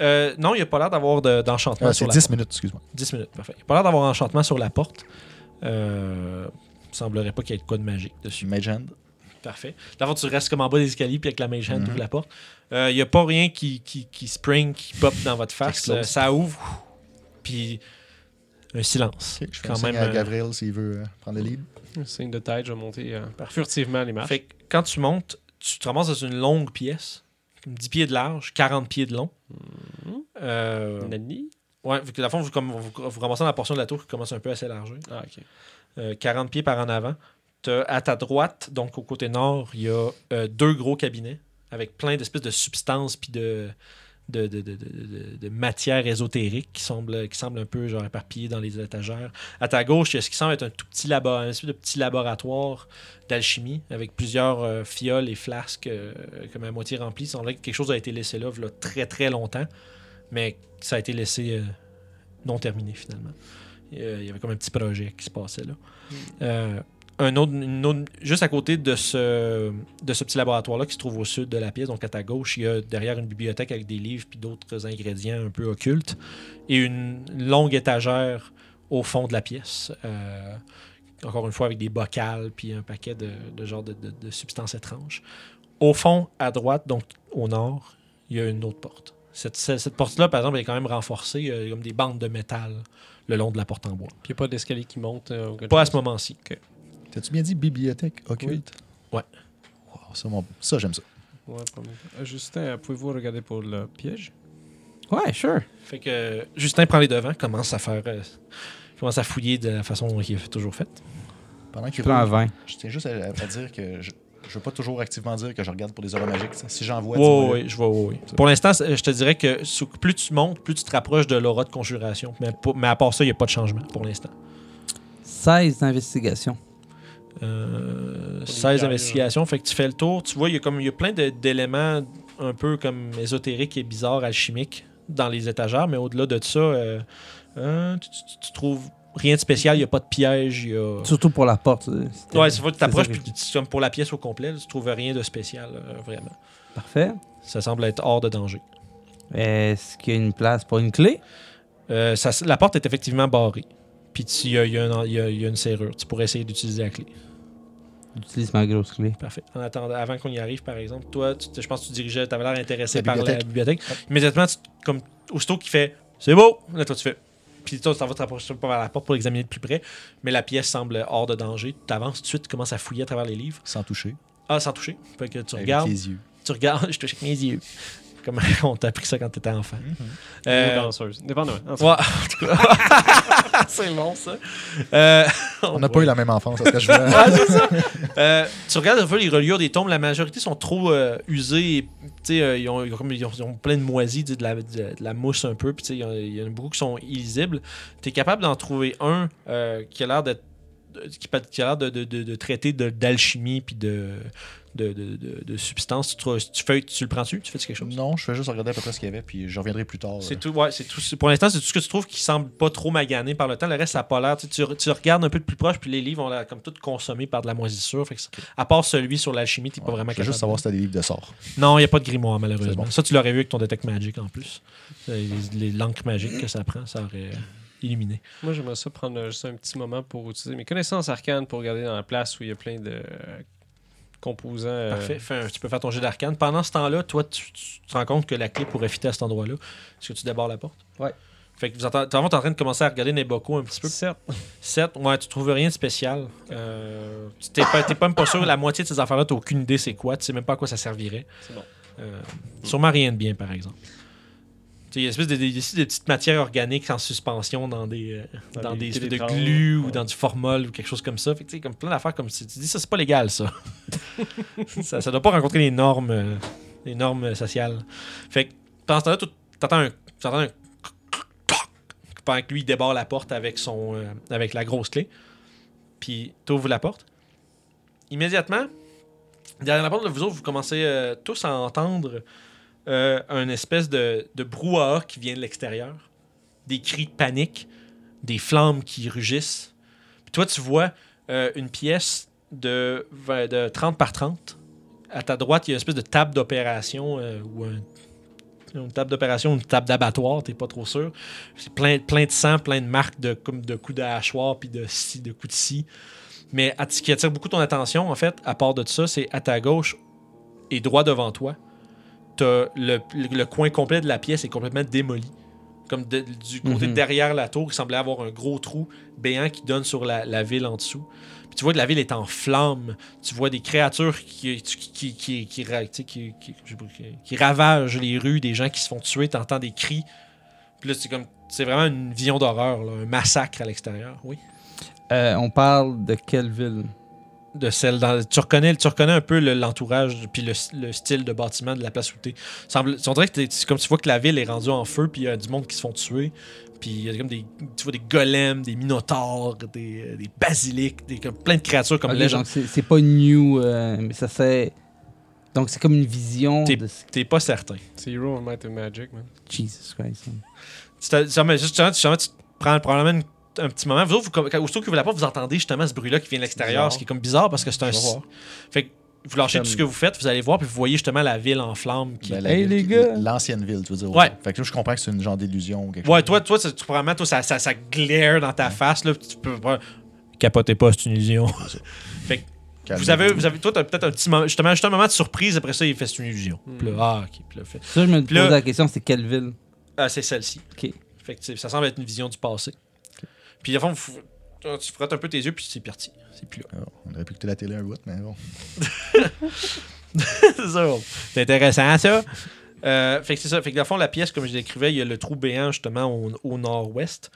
[SPEAKER 1] Euh, non, il n'y a pas l'air d'avoir de- d'enchantement
[SPEAKER 4] Ah, c'est
[SPEAKER 1] sur la
[SPEAKER 4] 10 minutes, excuse-moi.
[SPEAKER 1] 10 minutes, parfait. Il n'y a pas l'air d'avoir enchantement sur la porte. Euh, il semblerait pas qu'il y ait de quoi de magique dessus.
[SPEAKER 4] Mage Hand.
[SPEAKER 1] Parfait. D'abord, tu restes comme en bas des escaliers, puis avec la main hand,
[SPEAKER 4] Mhm.
[SPEAKER 1] tu ouvres la porte. Il n'y a pas rien qui, qui, qui spring, qui pop dans votre face.
[SPEAKER 4] explose.
[SPEAKER 1] Euh, ça ouvre, puis un silence.
[SPEAKER 4] Ok, je fais
[SPEAKER 1] Quand
[SPEAKER 4] un signe
[SPEAKER 1] même,
[SPEAKER 4] à
[SPEAKER 1] euh,
[SPEAKER 4] Gabriel s'il veut euh, prendre le lead.
[SPEAKER 2] Un Signe de tête, je vais monter euh, furtivement les marches.
[SPEAKER 1] Fait que quand tu montes, tu te ramasses dans une longue pièce, comme 10 pieds de large, 40 pieds de long.
[SPEAKER 4] Mhm.
[SPEAKER 1] Euh,
[SPEAKER 2] Nani?
[SPEAKER 1] ouais, vu que, dans le fond, vous, comme, vous, vous ramassez dans la portion de la tour qui commence un peu à s'élargir.
[SPEAKER 2] Ah, ok.
[SPEAKER 1] Euh, 40 pieds par en avant. T'as- à ta droite, donc au côté nord, il y a euh, deux gros cabinets avec plein d'espèces de substances puis de, de, de, de- de- de- de matières ésotériques qui semblent, qui semblent un peu genre éparpillées dans les étagères. À ta gauche, il y a ce qui semble être un tout petit laboratoire, espèce de petit laboratoire d'alchimie avec plusieurs euh, fioles et flasques euh, comme à moitié remplis. Il semblerait que quelque chose a été laissé là, v'là très très longtemps, mais ça a été laissé euh, non terminé finalement. Euh, Il y avait comme un petit projet qui se passait là. Euh, un autre, une autre- juste à côté de ce, de ce petit laboratoire-là qui se trouve au sud de la pièce, donc à ta gauche, il y a derrière une bibliothèque avec des livres puis d'autres ingrédients un peu occultes et une longue étagère au fond de la pièce. euh, encore une fois, avec des bocals puis un paquet de, de genre de, de- de substances étranges. Au fond, à droite, donc au nord, il y a une autre porte. Cette, ce- cette porte-là, par exemple, elle est quand même renforcée, euh, comme des bandes de métal le long de la porte en bois.
[SPEAKER 2] Puis il n'y a pas d'escalier qui monte. euh, ou quelque
[SPEAKER 1] Pas à
[SPEAKER 2] chose.
[SPEAKER 1] ce moment-ci.
[SPEAKER 4] T'as-tu bien dit bibliothèque occulte?
[SPEAKER 1] Ouais.
[SPEAKER 4] Wow, ça, mon- ça, j'aime ça.
[SPEAKER 2] Ouais, pas mal. Euh, Justin, euh, pouvez-vous regarder pour le piège?
[SPEAKER 3] Ouais, sure.
[SPEAKER 1] Fait que euh, Justin prend les devants, commence à faire. euh, commence à fouiller de la façon qu'il est toujours faite.
[SPEAKER 4] Pendant
[SPEAKER 3] Je
[SPEAKER 4] qu'il
[SPEAKER 3] prends un
[SPEAKER 4] roule,
[SPEAKER 3] 20.
[SPEAKER 4] je tiens juste à, à- à dire que je, je veux pas toujours activement dire que je regarde pour des oreilles magiques. ça. Si j'en vois,
[SPEAKER 1] Ouais,
[SPEAKER 4] dis-moi-le.
[SPEAKER 1] ouais, je vois, ouais, ouais. Pour l'instant, c'est- je te dirais que sous- plus tu montes, plus tu te rapproches de l'aura de conjuration. Mais, pour- mais à part ça, il n'y a pas de changement pour l'instant.
[SPEAKER 3] 16 d'investigation.
[SPEAKER 1] Euh,
[SPEAKER 2] Pour les
[SPEAKER 1] 16
[SPEAKER 2] carrés,
[SPEAKER 1] investigations. Fait que tu fais le tour. Tu vois, il y a, comme, il y a plein de- d'éléments un peu comme ésotériques et bizarres, alchimiques dans les étagères. Mais au-delà de ça, euh, hein, tu, tu- tu trouves rien de spécial. Il n'y a pas de piège. Il y a...
[SPEAKER 3] Surtout pour la porte. euh, c'était-
[SPEAKER 1] Ouais, c'est vrai, tu t'approches,
[SPEAKER 3] ça que
[SPEAKER 1] puis tu- tu- comme pour la pièce au complet, là, tu trouves rien de spécial, euh, vraiment.
[SPEAKER 3] Parfait.
[SPEAKER 1] Ça semble être hors de danger.
[SPEAKER 3] Est-ce qu'il y a une place pour une clé?
[SPEAKER 1] Euh, ça s- la porte est effectivement barrée. Puis tu- il y a, il y a un en- il y a- il y a une serrure. Tu pourrais essayer d'utiliser la clé.
[SPEAKER 3] J'utilise ma grosse clé.
[SPEAKER 1] Parfait. En attendant, avant qu'on y arrive, par exemple, toi, tu te- je pense que tu dirigeais, tu avais l'air intéressé
[SPEAKER 4] La
[SPEAKER 1] par la
[SPEAKER 4] bibliothèque.
[SPEAKER 1] bibliothèque. Immédiatement, tu- comme aussitôt qui fait C'est beau Là, toi, tu fais. Puis toi, tu t'en vas te rapprocher vers la porte pour l'examiner de plus près. Mais la pièce semble hors de danger. Tu avances tout de suite, tu commences à fouiller à travers les livres.
[SPEAKER 4] sans toucher.
[SPEAKER 1] Ah, sans toucher. Fait que tu
[SPEAKER 4] avec
[SPEAKER 1] regardes.
[SPEAKER 4] les yeux.
[SPEAKER 1] tu regardes, je te check mes yeux. Comme on t'a appris ça quand t'étais enfant.
[SPEAKER 4] Mhm.
[SPEAKER 2] Ou
[SPEAKER 1] Euh,
[SPEAKER 2] danseuse. Dépendamment. En tout
[SPEAKER 1] ouais,
[SPEAKER 2] cas,
[SPEAKER 1] en tout cas. c'est bon ça. Euh,
[SPEAKER 4] On n'a pas eu la même enfance, parce que je vois.
[SPEAKER 1] Ouais, c'est ça. Euh, tu regardes un peu les reliures des tombes, la majorité sont trop euh, usées. et, tu sais, euh, ils, ont, ils ont comme- ils ont- ils ont plein de moisies, tu sais, de la, de, de la mousse un peu. puis tu sais, Il y, en a- il y en a beaucoup qui sont illisibles. Tu es capable d'en trouver un euh, qui a l'air d'être de- qui, pa- qui a l'air de, de- de- de traiter de- d'alchimie puis de, de, de, de- de substances. Tu, te- tu, fais- tu le prends-tu? Tu fais quelque chose?
[SPEAKER 4] Non, je fais juste regarder à peu près ce qu'il y avait, puis je reviendrai plus tard.
[SPEAKER 1] C'est tout, ouais, c'est tout. c'est- Pour l'instant, c'est tout ce que tu trouves qui semble pas trop magané par le temps. Le reste, ça a pas l'air. Tu, tu- tu regardes un peu de plus proche, puis les livres ont l'air comme tout consommés par de la moisissure. Fait que ça- à part celui sur l'alchimie, t'es pas vraiment
[SPEAKER 4] je veux
[SPEAKER 1] capable.
[SPEAKER 4] juste savoir si t'as des livres de sorts.
[SPEAKER 1] Non, il n'y a pas de grimoire, malheureusement.
[SPEAKER 4] C'est bon.
[SPEAKER 1] Ça, tu l'aurais vu avec ton Detect Magic en plus. Euh, Les, les lancres magiques que ça prend, ça aurait euh, illuminé.
[SPEAKER 2] moi, j'aimerais ça prendre euh, juste un petit moment pour utiliser mes connaissances arcanes pour regarder dans la place où il y a plein de euh, composants. euh,
[SPEAKER 1] Parfait. Fais un- tu peux faire ton jeu d'arcane. Pendant ce temps-là, toi, tu, tu te rends compte que la clé pourrait fitter à cet endroit-là. Est-ce que tu débarres la porte?
[SPEAKER 3] Ouais.
[SPEAKER 1] Fait que vous entendez, t'es en train de commencer à regarder Neboko un petit peu.
[SPEAKER 2] Certes.
[SPEAKER 1] 7, ouais, tu trouves rien de spécial. Euh, tu t'es pas, t'es pas même pas sûr, la moitié de ces affaires-là, t'as aucune idée c'est quoi, tu sais même pas à quoi ça servirait.
[SPEAKER 2] C'est bon.
[SPEAKER 1] Euh, sûrement rien de bien, par exemple. Tu sais, Il y a une espèce de, des- des- des petites matières organiques en suspension dans des, euh, dans,
[SPEAKER 2] Dans
[SPEAKER 1] des,
[SPEAKER 2] des
[SPEAKER 1] espèces de
[SPEAKER 2] télétrans,
[SPEAKER 1] glu ou
[SPEAKER 2] ouais.
[SPEAKER 1] dans du formol ou quelque chose comme ça. Fait que, tu sais, comme plein d'affaires comme ça. Tu dis, ça, c'est pas légal, ça. ça. Ça doit pas rencontrer les normes, euh, les normes sociales. Fait que, pendant ce temps-là, tu t'entends un, t'entends un pendant que lui il débarre la porte avec son euh, avec la grosse clé. Puis t'ouvres la porte. Immédiatement, derrière la porte, là, vous autres, vous commencez euh, tous à entendre euh, un espèce de, de brouhaha qui vient de l'extérieur. Des cris de panique, des flammes qui rugissent. Puis toi, tu vois euh, une pièce de, vingt- de 30 par 30. À ta droite, il y a une espèce de table d'opération euh, ou un- une table d'opération, une table d'abattoir, t'es pas trop sûr. C'est plein, plein de sang, plein de marques de, comme de coups de hachoir puis de scie, de coups de scie. Mais à- ce qui attire beaucoup ton attention, en fait, à part de ça, c'est à ta gauche et droit devant toi, t'as le, le- le coin complet de la pièce est complètement démoli. Comme de- du côté
[SPEAKER 3] Mhm.
[SPEAKER 1] derrière la tour, il semblait avoir un gros trou béant qui donne sur la, la ville en dessous. Puis tu vois que la ville est en flammes. Tu vois des créatures qui, qui, qui, qui, qui ra- tu sais, qui- qui- je sais pas, qui- qui ravagent les rues, des gens qui se font tuer, t'entends des cris. Puis là, c'est comme. C'est vraiment une vision d'horreur, là, un massacre à l'extérieur, oui.
[SPEAKER 3] Euh, on parle de quelle ville?
[SPEAKER 1] De celle dans, tu, reconnais, tu reconnais un peu le- l'entourage puis le, le style de bâtiment de la place où t'es. Semble, on dirait que t'es- c'est comme tu vois que la ville est rendue en feu puis il y a du monde qui se font tuer. Puis il y a comme des, tu vois des golems, des minotaures, des, euh, des basiliques, Ah, des, comme, plein de créatures comme
[SPEAKER 3] Ok,
[SPEAKER 1] les gens.
[SPEAKER 3] donc c'est c'est pas new, euh, mais ça c'est... Donc c'est comme une vision
[SPEAKER 1] T'es-
[SPEAKER 3] de... ce-
[SPEAKER 1] T'es pas certain.
[SPEAKER 2] C'est Hero of Might and Magic, man.
[SPEAKER 3] Jesus Christ.
[SPEAKER 1] Tu t'as- justement, justement, justement, tu prends probablement une- un petit moment. Vous autres, vous, comme- quand- aussitôt que vous la porte, vous entendez justement ce bruit-là qui vient de l'extérieur,
[SPEAKER 4] Bizarre.
[SPEAKER 1] ce qui est comme bizarre parce que c'est un.
[SPEAKER 4] Je vais voir.
[SPEAKER 1] Fait que vous lâchez
[SPEAKER 3] Comme-
[SPEAKER 1] tout ce que vous faites, vous allez voir, puis vous voyez justement la ville en flammes. Qui...
[SPEAKER 4] Ben, la
[SPEAKER 3] Hey,
[SPEAKER 4] ville
[SPEAKER 3] les
[SPEAKER 4] qui-
[SPEAKER 3] gars!
[SPEAKER 4] L'ancienne ville, tu veux dire.
[SPEAKER 1] Ouais.
[SPEAKER 4] Fait que là, je comprends que c'est une genre d'illusion ou quelque
[SPEAKER 1] ouais,
[SPEAKER 4] chose.
[SPEAKER 1] toi, toi, ça- tu- probablement, toi, ça, ça, ça glaire dans ta face, là, puis tu peux pas. Capotez pas, c'est une illusion. fait que Vous avez, vous avez, toi, t'as peut-être un petit moment, justement, juste un moment de surprise, après ça, il fait une illusion.
[SPEAKER 4] Hmm.
[SPEAKER 1] Puis là, ah, ok, puis là, fait-
[SPEAKER 3] Ça, je me
[SPEAKER 1] Puis là-
[SPEAKER 3] posais la question, c'est quelle ville?
[SPEAKER 1] Ah, c'est celle-ci.
[SPEAKER 3] Ok.
[SPEAKER 1] Fait que, tu sais, ça semble être une vision du passé. Puis, à fond, vous- toi, tu frottes un peu tes yeux, puis c'est parti. C'est plus là.
[SPEAKER 4] Ah, On aurait pu écouter la télé un bout, mais bon.
[SPEAKER 1] c'est ça. C'est intéressant, ça. Euh, fait que c'est ça. Fait que, dans le fond, la pièce, comme je décrivais, il y a le trou béant, justement, au, au nord-ouest.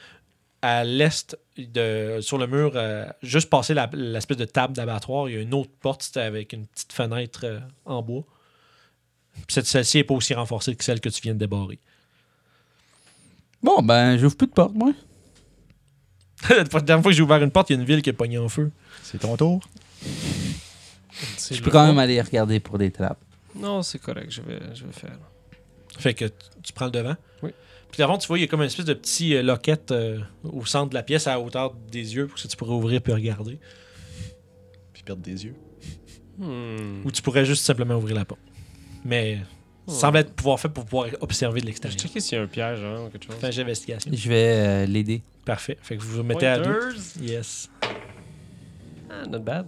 [SPEAKER 1] À l'est, de, sur le mur, euh, juste passé la- l'espèce de table d'abattoir, il y a une autre porte c'était avec une petite fenêtre euh, en bois. Puis cette- celle-ci n'est pas aussi renforcée que celle que tu viens de débarrer.
[SPEAKER 3] Bon, ben, j'ouvre plus de porte, moi.
[SPEAKER 1] la dernière fois que j'ai ouvert une porte, il y a une ville qui est pognée en feu.
[SPEAKER 4] C'est ton tour.
[SPEAKER 2] C'est
[SPEAKER 3] Je peux
[SPEAKER 2] le-
[SPEAKER 3] quand même aller regarder pour des trappes.
[SPEAKER 2] Non, c'est correct, je vais, je vais faire.
[SPEAKER 1] Fait que t- tu prends le devant.
[SPEAKER 2] Oui.
[SPEAKER 1] Puis avant, tu vois, il y a comme une espèce de petit euh, loquette euh, au centre de la pièce à la hauteur des yeux pour que tu pourrais ouvrir puis regarder.
[SPEAKER 4] Puis perdre des yeux.
[SPEAKER 2] Hmm.
[SPEAKER 1] Ou tu pourrais juste simplement ouvrir la porte. Mais ça
[SPEAKER 3] Hmm.
[SPEAKER 2] Ouais.
[SPEAKER 1] semble être pouvoir fait pour pouvoir observer de
[SPEAKER 2] Je vais
[SPEAKER 1] l'extérieur.
[SPEAKER 2] checker s'il y a un piège hein, ou quelque chose.
[SPEAKER 1] Fais un jet d'investigation.
[SPEAKER 3] Je vais euh, l'aider.
[SPEAKER 1] Parfait. Fait que vous vous mettez à deux.
[SPEAKER 2] Pointers.
[SPEAKER 1] Yes.
[SPEAKER 2] Ah, not bad.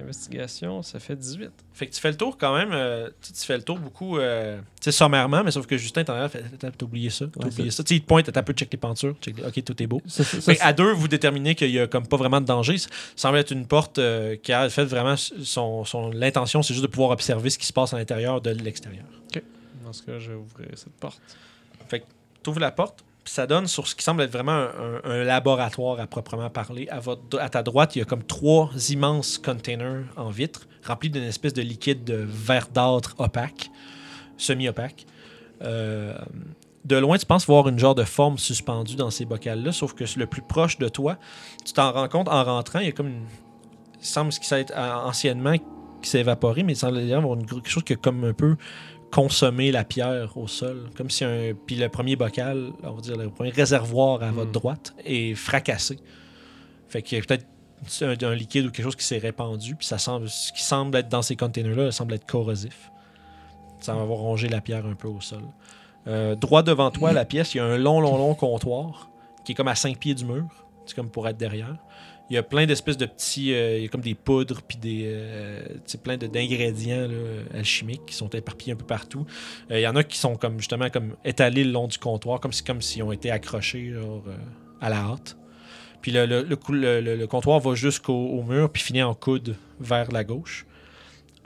[SPEAKER 2] Investigation, ça fait 18.
[SPEAKER 1] Fait que tu fais le tour quand même. euh, tu sais, tu fais le tour beaucoup, euh, tu sais, sommairement, mais sauf que Justin, t'en as fait. Attends, T'as oublié ça. T'as
[SPEAKER 3] Ouais,
[SPEAKER 1] oublié ça. Tu sais, il te pointe, t'as un peu check les pentures. check les- Ok, tout est beau.
[SPEAKER 3] Ça, ça, ça,
[SPEAKER 1] Fait que à deux, vous déterminez qu'il y a comme pas vraiment de danger. Ça semble être une porte euh, qui a fait vraiment son, son- l'intention, c'est juste de pouvoir observer ce qui se passe à l'intérieur de l'extérieur.
[SPEAKER 2] Dans ce cas, je vais ouvrir cette porte.
[SPEAKER 1] Tu ouvres la porte, puis ça donne sur ce qui semble être vraiment un, un- un laboratoire à proprement parler. À, votre- à ta droite, il y a comme trois immenses containers en vitre remplis d'une espèce de liquide euh, verdâtre opaque, semi-opaque. Euh, de loin, tu penses voir une genre de forme suspendue dans ces bocals-là, sauf que le plus proche de toi, tu t'en rends compte en rentrant, il y a comme une... Il semble ce qui s'est euh, anciennement qui s'est évaporé, mais il semble y avoir une gro- quelque chose qui a comme un peu consommer la pierre au sol, comme si un puis le premier bocal, on va dire le premier réservoir à
[SPEAKER 2] Mm.
[SPEAKER 1] votre droite est fracassé. Fait qu'il y a peut-être un, un liquide ou quelque chose qui s'est répandu, puis ça semble ce qui semble être dans ces containers là semble être corrosif. Ça va avoir rongé la pierre un peu au sol. Euh, droit devant toi, la pièce, il y a un long, long, long comptoir qui est comme à cinq pieds du mur. C'est comme pour être derrière. Il y a plein d'espèces de petits. euh, il y a comme des poudres, puis des. euh, tu sais, plein de- d'ingrédients là, alchimiques qui sont éparpillés un peu partout. Euh, il y en a qui sont comme justement comme étalés le long du comptoir, comme si comme s'ils ont été accrochés genre, euh, à la hâte. Puis le, le- le cou- le- le- le comptoir va jusqu'au au mur, puis finit en coude vers la gauche.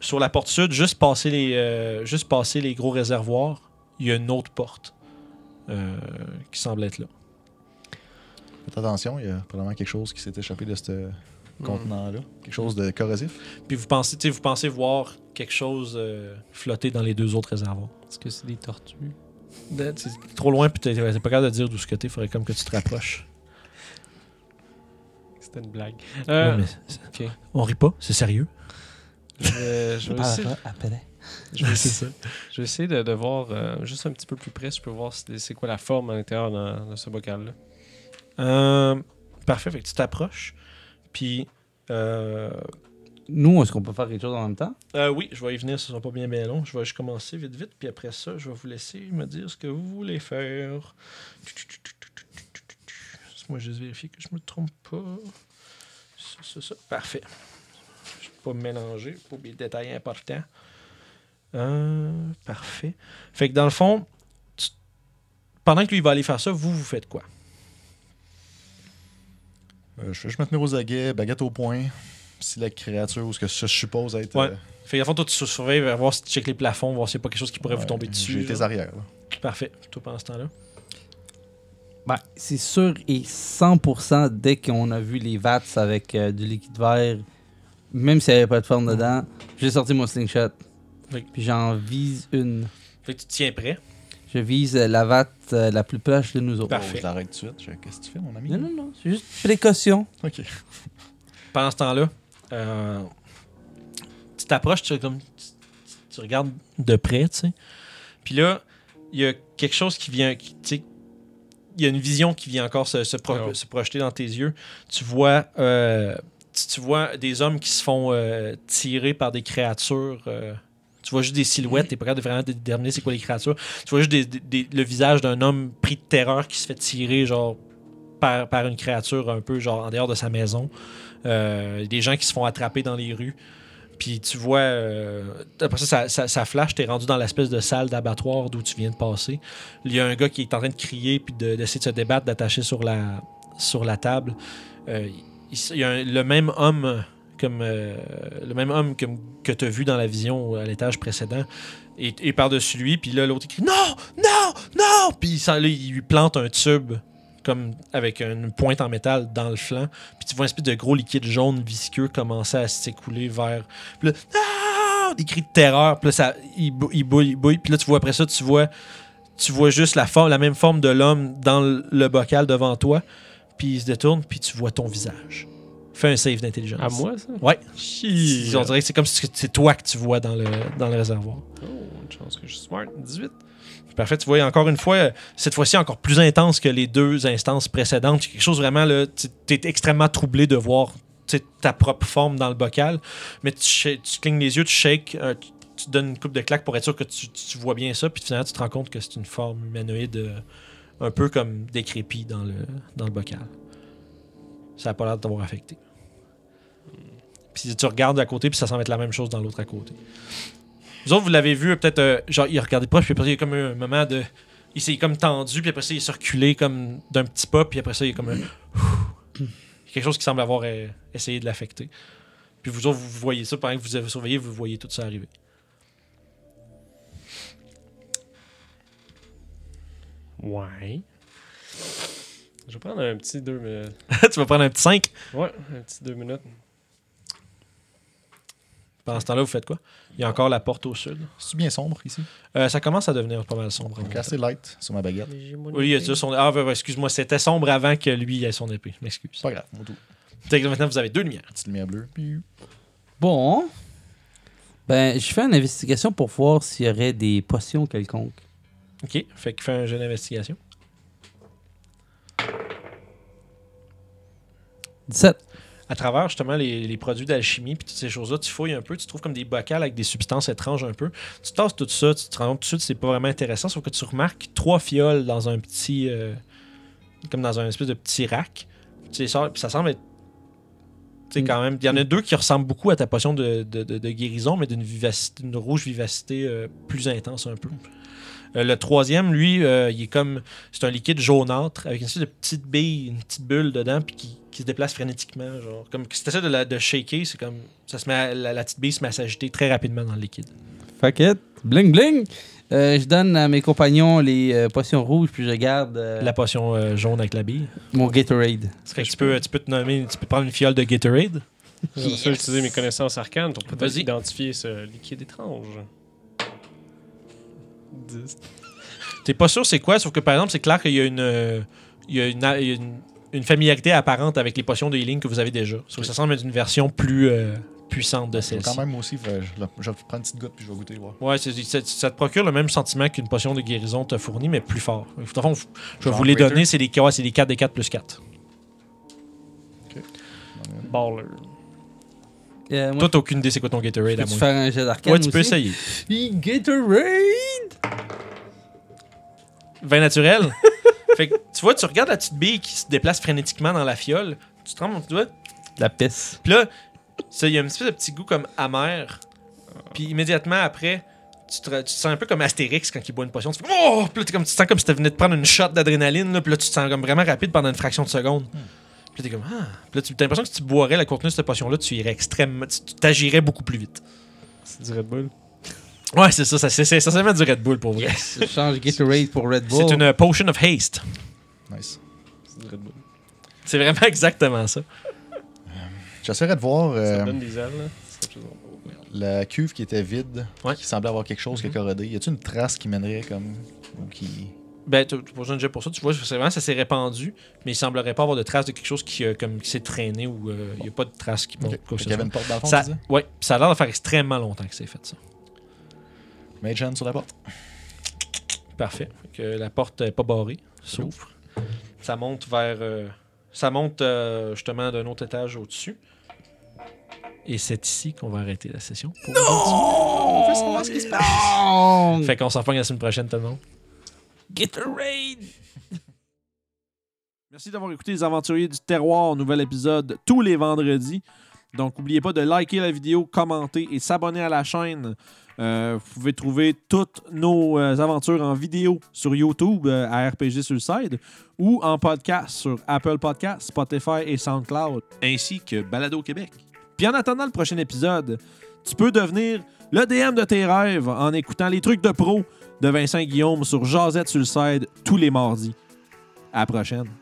[SPEAKER 1] Sur la porte sud, juste passer les, euh, juste passer les gros réservoirs, il y a une autre porte euh, qui semble être là.
[SPEAKER 4] Faites attention, il y a probablement quelque chose qui s'est échappé de ce
[SPEAKER 2] Hmm.
[SPEAKER 4] contenant-là. Quelque chose de corrosif.
[SPEAKER 1] Puis vous pensez, tu sais, vous pensez voir quelque chose euh, flotter dans les deux autres réservoirs.
[SPEAKER 3] Est-ce que c'est des tortues?
[SPEAKER 1] De- C'est trop loin, puis t'es t'es pas capable de dire d'où ce côté. Faudrait comme que tu te rapproches.
[SPEAKER 2] C'était une blague. Euh,
[SPEAKER 1] Ouais, mais c'est-
[SPEAKER 2] ok.
[SPEAKER 1] On rit pas, c'est sérieux.
[SPEAKER 2] je vais- je vais
[SPEAKER 3] Ah,
[SPEAKER 2] essayer-
[SPEAKER 3] après.
[SPEAKER 2] je vais essayer- je vais essayer de, de voir euh, juste un petit peu plus près si je peux voir c'est c'est quoi la forme à l'intérieur dans- de ce bocal-là.
[SPEAKER 1] Euh, parfait, fait que tu t'approches. Puis. euh,
[SPEAKER 3] Nous, est-ce qu'on peut faire quelque chose en même temps?
[SPEAKER 1] euh, oui, je vais y venir, ce sera pas bien, bien long. Je vais juste commencer vite, vite, puis après ça, je vais vous laisser me dire ce que vous voulez faire. Laisse-moi juste vérifier que je me trompe pas. Ça, ça, ça. Parfait. Je ne pas me mélanger, pas oublier des détails importants. Euh, parfait. Fait que dans le fond, tu- pendant que lui va aller faire ça, vous, vous faites quoi?
[SPEAKER 4] Euh, je vais juste me tenir aux aguets, baguette au point. Si la créature ou ce que je suppose être.
[SPEAKER 1] Ouais,
[SPEAKER 4] euh,
[SPEAKER 1] Fait que dans le fond, toi, tu sou- surveilles, vers voir si tu checkes les plafonds, voir s'il n'y a pas quelque chose qui pourrait vous
[SPEAKER 4] ouais,
[SPEAKER 1] tomber dessus.
[SPEAKER 4] J'ai tes
[SPEAKER 1] genre.
[SPEAKER 4] arrières. là.
[SPEAKER 1] Parfait. Tout pendant ce temps-là.
[SPEAKER 3] Ben, c'est sûr et 100% dès qu'on a vu les vats avec euh, du liquide vert, même s'il n'y avait pas de forme dedans, j'ai sorti mon slingshot.
[SPEAKER 1] Oui.
[SPEAKER 3] Puis j'en vise une.
[SPEAKER 1] Fait que tu te tiens prêt.
[SPEAKER 3] Je vise euh, la vatte euh, la plus proche de nous autres.
[SPEAKER 1] Parfait.
[SPEAKER 4] Oh, je l'arrête tout de suite. Je- Qu'est-ce que tu fais, mon ami
[SPEAKER 3] Non, non, non, c'est juste précaution.
[SPEAKER 4] Ok.
[SPEAKER 1] Pendant ce temps-là, euh, tu t'approches, tu, comme, tu, tu regardes de près, tu sais. Puis là, il y a quelque chose qui vient, qui- tu sais, il y a une vision qui vient encore se, se pro-
[SPEAKER 2] Oh.
[SPEAKER 1] se projeter dans tes yeux. Tu vois, euh, tu, tu vois des hommes qui se font euh, tirer par des créatures. euh, tu vois juste des silhouettes, t'es pas capable de vraiment dé- déterminer c'est quoi les créatures. Tu vois juste des- des- des- le visage d'un homme pris de terreur qui se fait tirer, genre, par, par une créature un peu, genre, en dehors de sa maison. euh, des gens qui se font attraper dans les rues. Puis tu vois, euh, après ça, ça, ça, ça flash, t'es rendu dans l'espèce de salle d'abattoir d'où tu viens de passer. Il y a un gars qui est en train de crier puis de- d'essayer de, se débattre, d'attacher sur la, sur la table. Euh, il, il y a un- le même homme comme euh, le même homme comme- que tu as vu dans la vision à l'étage précédent et, et par-dessus lui, puis là, l'autre il crie Non, non, non Puis il, s'en- là, il lui plante un tube comme avec une pointe en métal dans le flanc. Puis tu vois une espèce de gros liquide jaune visqueux commencer à s'écouler vers. Puis là, Ah! des cris de terreur. Puis là, ça, il, bou- il bouille, il bouille. Puis là, tu vois après ça, tu vois, tu vois juste la, forme, la même forme de l'homme dans le, le bocal devant toi. Puis il se détourne, puis tu vois ton visage. Fais un save d'intelligence.
[SPEAKER 2] À moi, ça?
[SPEAKER 1] Ouais.
[SPEAKER 2] Chier.
[SPEAKER 1] On dirait que c'est comme si c'est toi que tu vois dans le, dans le réservoir.
[SPEAKER 2] Oh, une chance que je suis smart. 18.
[SPEAKER 1] Parfait, tu vois, encore une fois, euh, cette fois-ci encore plus intense que les deux instances précédentes. C'est quelque chose vraiment, là, tu es extrêmement troublé de voir tu sais, ta propre forme dans le bocal, mais tu, sh- tu clignes les yeux, tu shakes, euh, tu, tu donnes une coupe de claque pour être sûr que tu, tu vois bien ça, puis finalement tu te rends compte que c'est une forme humanoïde euh, un peu comme décrépie dans le, dans le bocal. Ça n'a pas l'air de t'avoir affecté. Puis tu regardes à côté, puis ça semble être la même chose dans l'autre à côté. Vous autres, vous l'avez vu, euh, peut-être, euh, genre, il regardait proche, puis après, il y a comme eu un moment de. Il s'est comme tendu, puis après ça, il s'est reculé comme d'un petit pas, puis après ça, il y a comme un. quelque chose qui semble avoir euh, essayé de l'affecter. Puis vous autres, vous voyez ça, pendant que vous avez surveillé, vous voyez tout ça arriver.
[SPEAKER 2] Ouais. Je vais prendre un petit deux minutes.
[SPEAKER 1] tu vas prendre un petit 5.
[SPEAKER 2] Ouais, un petit deux minutes.
[SPEAKER 1] Pendant ce temps-là, vous faites quoi Il y a encore la porte au sud.
[SPEAKER 4] C'est bien sombre ici.
[SPEAKER 1] Euh, ça commence à devenir pas mal sombre. en
[SPEAKER 4] Donc,
[SPEAKER 1] montant.
[SPEAKER 4] assez light sur ma baguette.
[SPEAKER 1] Oui, il y a ça, son. Ah, ouais, ouais, excuse-moi, c'était sombre avant que lui ait son épée. Je m'excuse.
[SPEAKER 4] C'est pas grave, mon tout.
[SPEAKER 1] Fait que Maintenant, vous avez deux lumières.
[SPEAKER 4] Petite lumière bleue. Piou.
[SPEAKER 3] Bon. Ben, je fais une investigation pour voir s'il y aurait des potions quelconques.
[SPEAKER 1] Ok, fait qu'il fait un jeu d'investigation.
[SPEAKER 3] 17.
[SPEAKER 1] à travers justement les, les produits d'alchimie puis toutes ces choses-là, tu fouilles un peu, tu trouves comme des bocals avec des substances étranges un peu. Tu tasses tout ça, tu te rends compte tout de suite, c'est pas vraiment intéressant, sauf que tu remarques trois fioles dans un petit. euh, comme dans un espèce de petit rack. Tu les sors, puis ça semble être. Tu sais,
[SPEAKER 3] Mm.
[SPEAKER 1] quand même. Il y en a deux qui ressemblent beaucoup à ta potion de, de- de- de guérison, mais d'une vivacité, une rouge vivacité euh, plus intense un peu. Euh, le troisième, lui, euh, il est comme. C'est un liquide jaunâtre avec une espèce de petite bille, une petite bulle dedans, puis qui, qui se déplace frénétiquement. Genre, comme si t'essaies de la de shaker, c'est comme. Ça se met à- la, la petite bille se met à s'agiter très rapidement dans le liquide.
[SPEAKER 3] Fuck it. Bling bling. Euh, je donne à mes compagnons les euh, potions rouges, puis je garde euh,
[SPEAKER 1] La potion euh, jaune avec la bille.
[SPEAKER 3] mon Gatorade.
[SPEAKER 1] Fait que tu, peux, tu peux te nommer, tu peux prendre une fiole de Gatorade.
[SPEAKER 2] Je vais utiliser mes connaissances arcanes pour peut-être
[SPEAKER 1] Vas-y.
[SPEAKER 2] identifier ce liquide étrange. 10.
[SPEAKER 1] T'es pas sûr c'est quoi, sauf que par exemple, c'est clair qu'il y a une. euh, il y a une, a- il y a une- une familiarité apparente avec les potions de healing que vous avez déjà. Sauf que ça semble être une version plus euh, puissante de
[SPEAKER 4] Je vais
[SPEAKER 1] celle-ci.
[SPEAKER 4] Quand même, moi aussi, faire- je, je vais prendre une petite goutte puis je vais goûter. voir.
[SPEAKER 1] Ouais, c'est- c'est- ça te procure le même sentiment qu'une potion de guérison te fournit, mais plus fort. En fait, on- je vais
[SPEAKER 4] Genre
[SPEAKER 1] vous les
[SPEAKER 4] greater?
[SPEAKER 1] donner, c'est des, ouais, c'est des 4 des 4 plus 4.
[SPEAKER 2] Baller.
[SPEAKER 3] Euh, moi,
[SPEAKER 1] Toi, t'as aucune idée c'est quoi ton Gatorade à
[SPEAKER 3] peux-tu
[SPEAKER 1] moins.
[SPEAKER 3] faire un jet d'arcane
[SPEAKER 1] Ouais, tu peux
[SPEAKER 3] aussi?
[SPEAKER 1] essayer.
[SPEAKER 3] Puis Gatorade!
[SPEAKER 1] Vin naturel. fait que, tu vois, tu regardes la petite bille qui se déplace frénétiquement dans la fiole, tu trembles tu doigt,
[SPEAKER 3] La pisse.
[SPEAKER 1] Puis là, ça, il y a un petit peu de petit goût comme amer. Puis immédiatement après, tu te, tu te sens un peu comme Astérix quand il boit une potion. Tu fais Oh! Puis là, t'es comme, tu te sens comme si tu venais de prendre une shot d'adrénaline. là. Puis là, tu te sens comme vraiment rapide pendant une fraction de seconde. Puis là, t'es comme Ah! Puis là, tu as l'impression que si tu boirais la contenu de cette potion-là, tu irais extrêmement. Tu tu t'agirais beaucoup plus vite.
[SPEAKER 2] C'est du Red Bull.
[SPEAKER 1] Ouais, c'est ça. ça c'est c'est essentiellement du Red Bull pour vrai.
[SPEAKER 3] Je change Gatorade pour Red Bull.
[SPEAKER 1] C'est une euh, potion of haste.
[SPEAKER 4] Nice.
[SPEAKER 2] C'est du Red Bull.
[SPEAKER 1] C'est vraiment exactement ça.
[SPEAKER 4] J'essaierai de voir
[SPEAKER 2] Ça me
[SPEAKER 4] euh,
[SPEAKER 2] donne des ailes, là. C'est quelque chose de- Oh, merde.
[SPEAKER 4] la cuve qui était vide,
[SPEAKER 1] Ouais.
[SPEAKER 4] qui semblait avoir quelque chose qui est corrodé. Y a-t-il une trace qui mènerait comme. ou qui.
[SPEAKER 1] Ben, tu pas besoin de jet pour ça. Tu vois, c'est vraiment, ça s'est répandu, mais il semblerait pas avoir de traces de quelque chose qui, euh, comme, qui s'est traîné ou il n'y a pas de traces qui montrent
[SPEAKER 4] Ok.
[SPEAKER 1] quoi que
[SPEAKER 4] Fait
[SPEAKER 1] ce
[SPEAKER 4] qu'il y avait
[SPEAKER 1] soit.
[SPEAKER 4] une porte dans le fond,
[SPEAKER 1] Ça,
[SPEAKER 4] tu disais?
[SPEAKER 1] ouais, puis ça a l'air de faire extrêmement longtemps que c'est fait, ça.
[SPEAKER 4] Mage hand sur la porte.
[SPEAKER 1] Parfait. Fait que la porte n'est pas barrée, s'ouvre. Ça monte vers. euh, ça monte euh, justement d'un autre étage au-dessus. Et c'est ici qu'on va arrêter la session. Pour aujourd'hui.
[SPEAKER 3] On veut savoir ce qui se passe.
[SPEAKER 1] Fait qu'on s'en reprend la semaine prochaine, tout le monde.
[SPEAKER 3] Gatorade!
[SPEAKER 1] Merci d'avoir écouté Les Aventuriers du Terroir, nouvel épisode tous les vendredis. Donc, n'oubliez pas de liker la vidéo, commenter et s'abonner à la chaîne. Euh, vous pouvez trouver toutes nos euh, aventures en vidéo sur YouTube euh, à RPG Suicide ou en podcast sur Apple Podcasts, Spotify et SoundCloud, ainsi que Balado Québec. Puis en attendant le prochain épisode, tu peux devenir le DM de tes rêves en écoutant les trucs de pro de Vincent Guillaume sur Jazette Suicide tous les mardis. À la prochaine.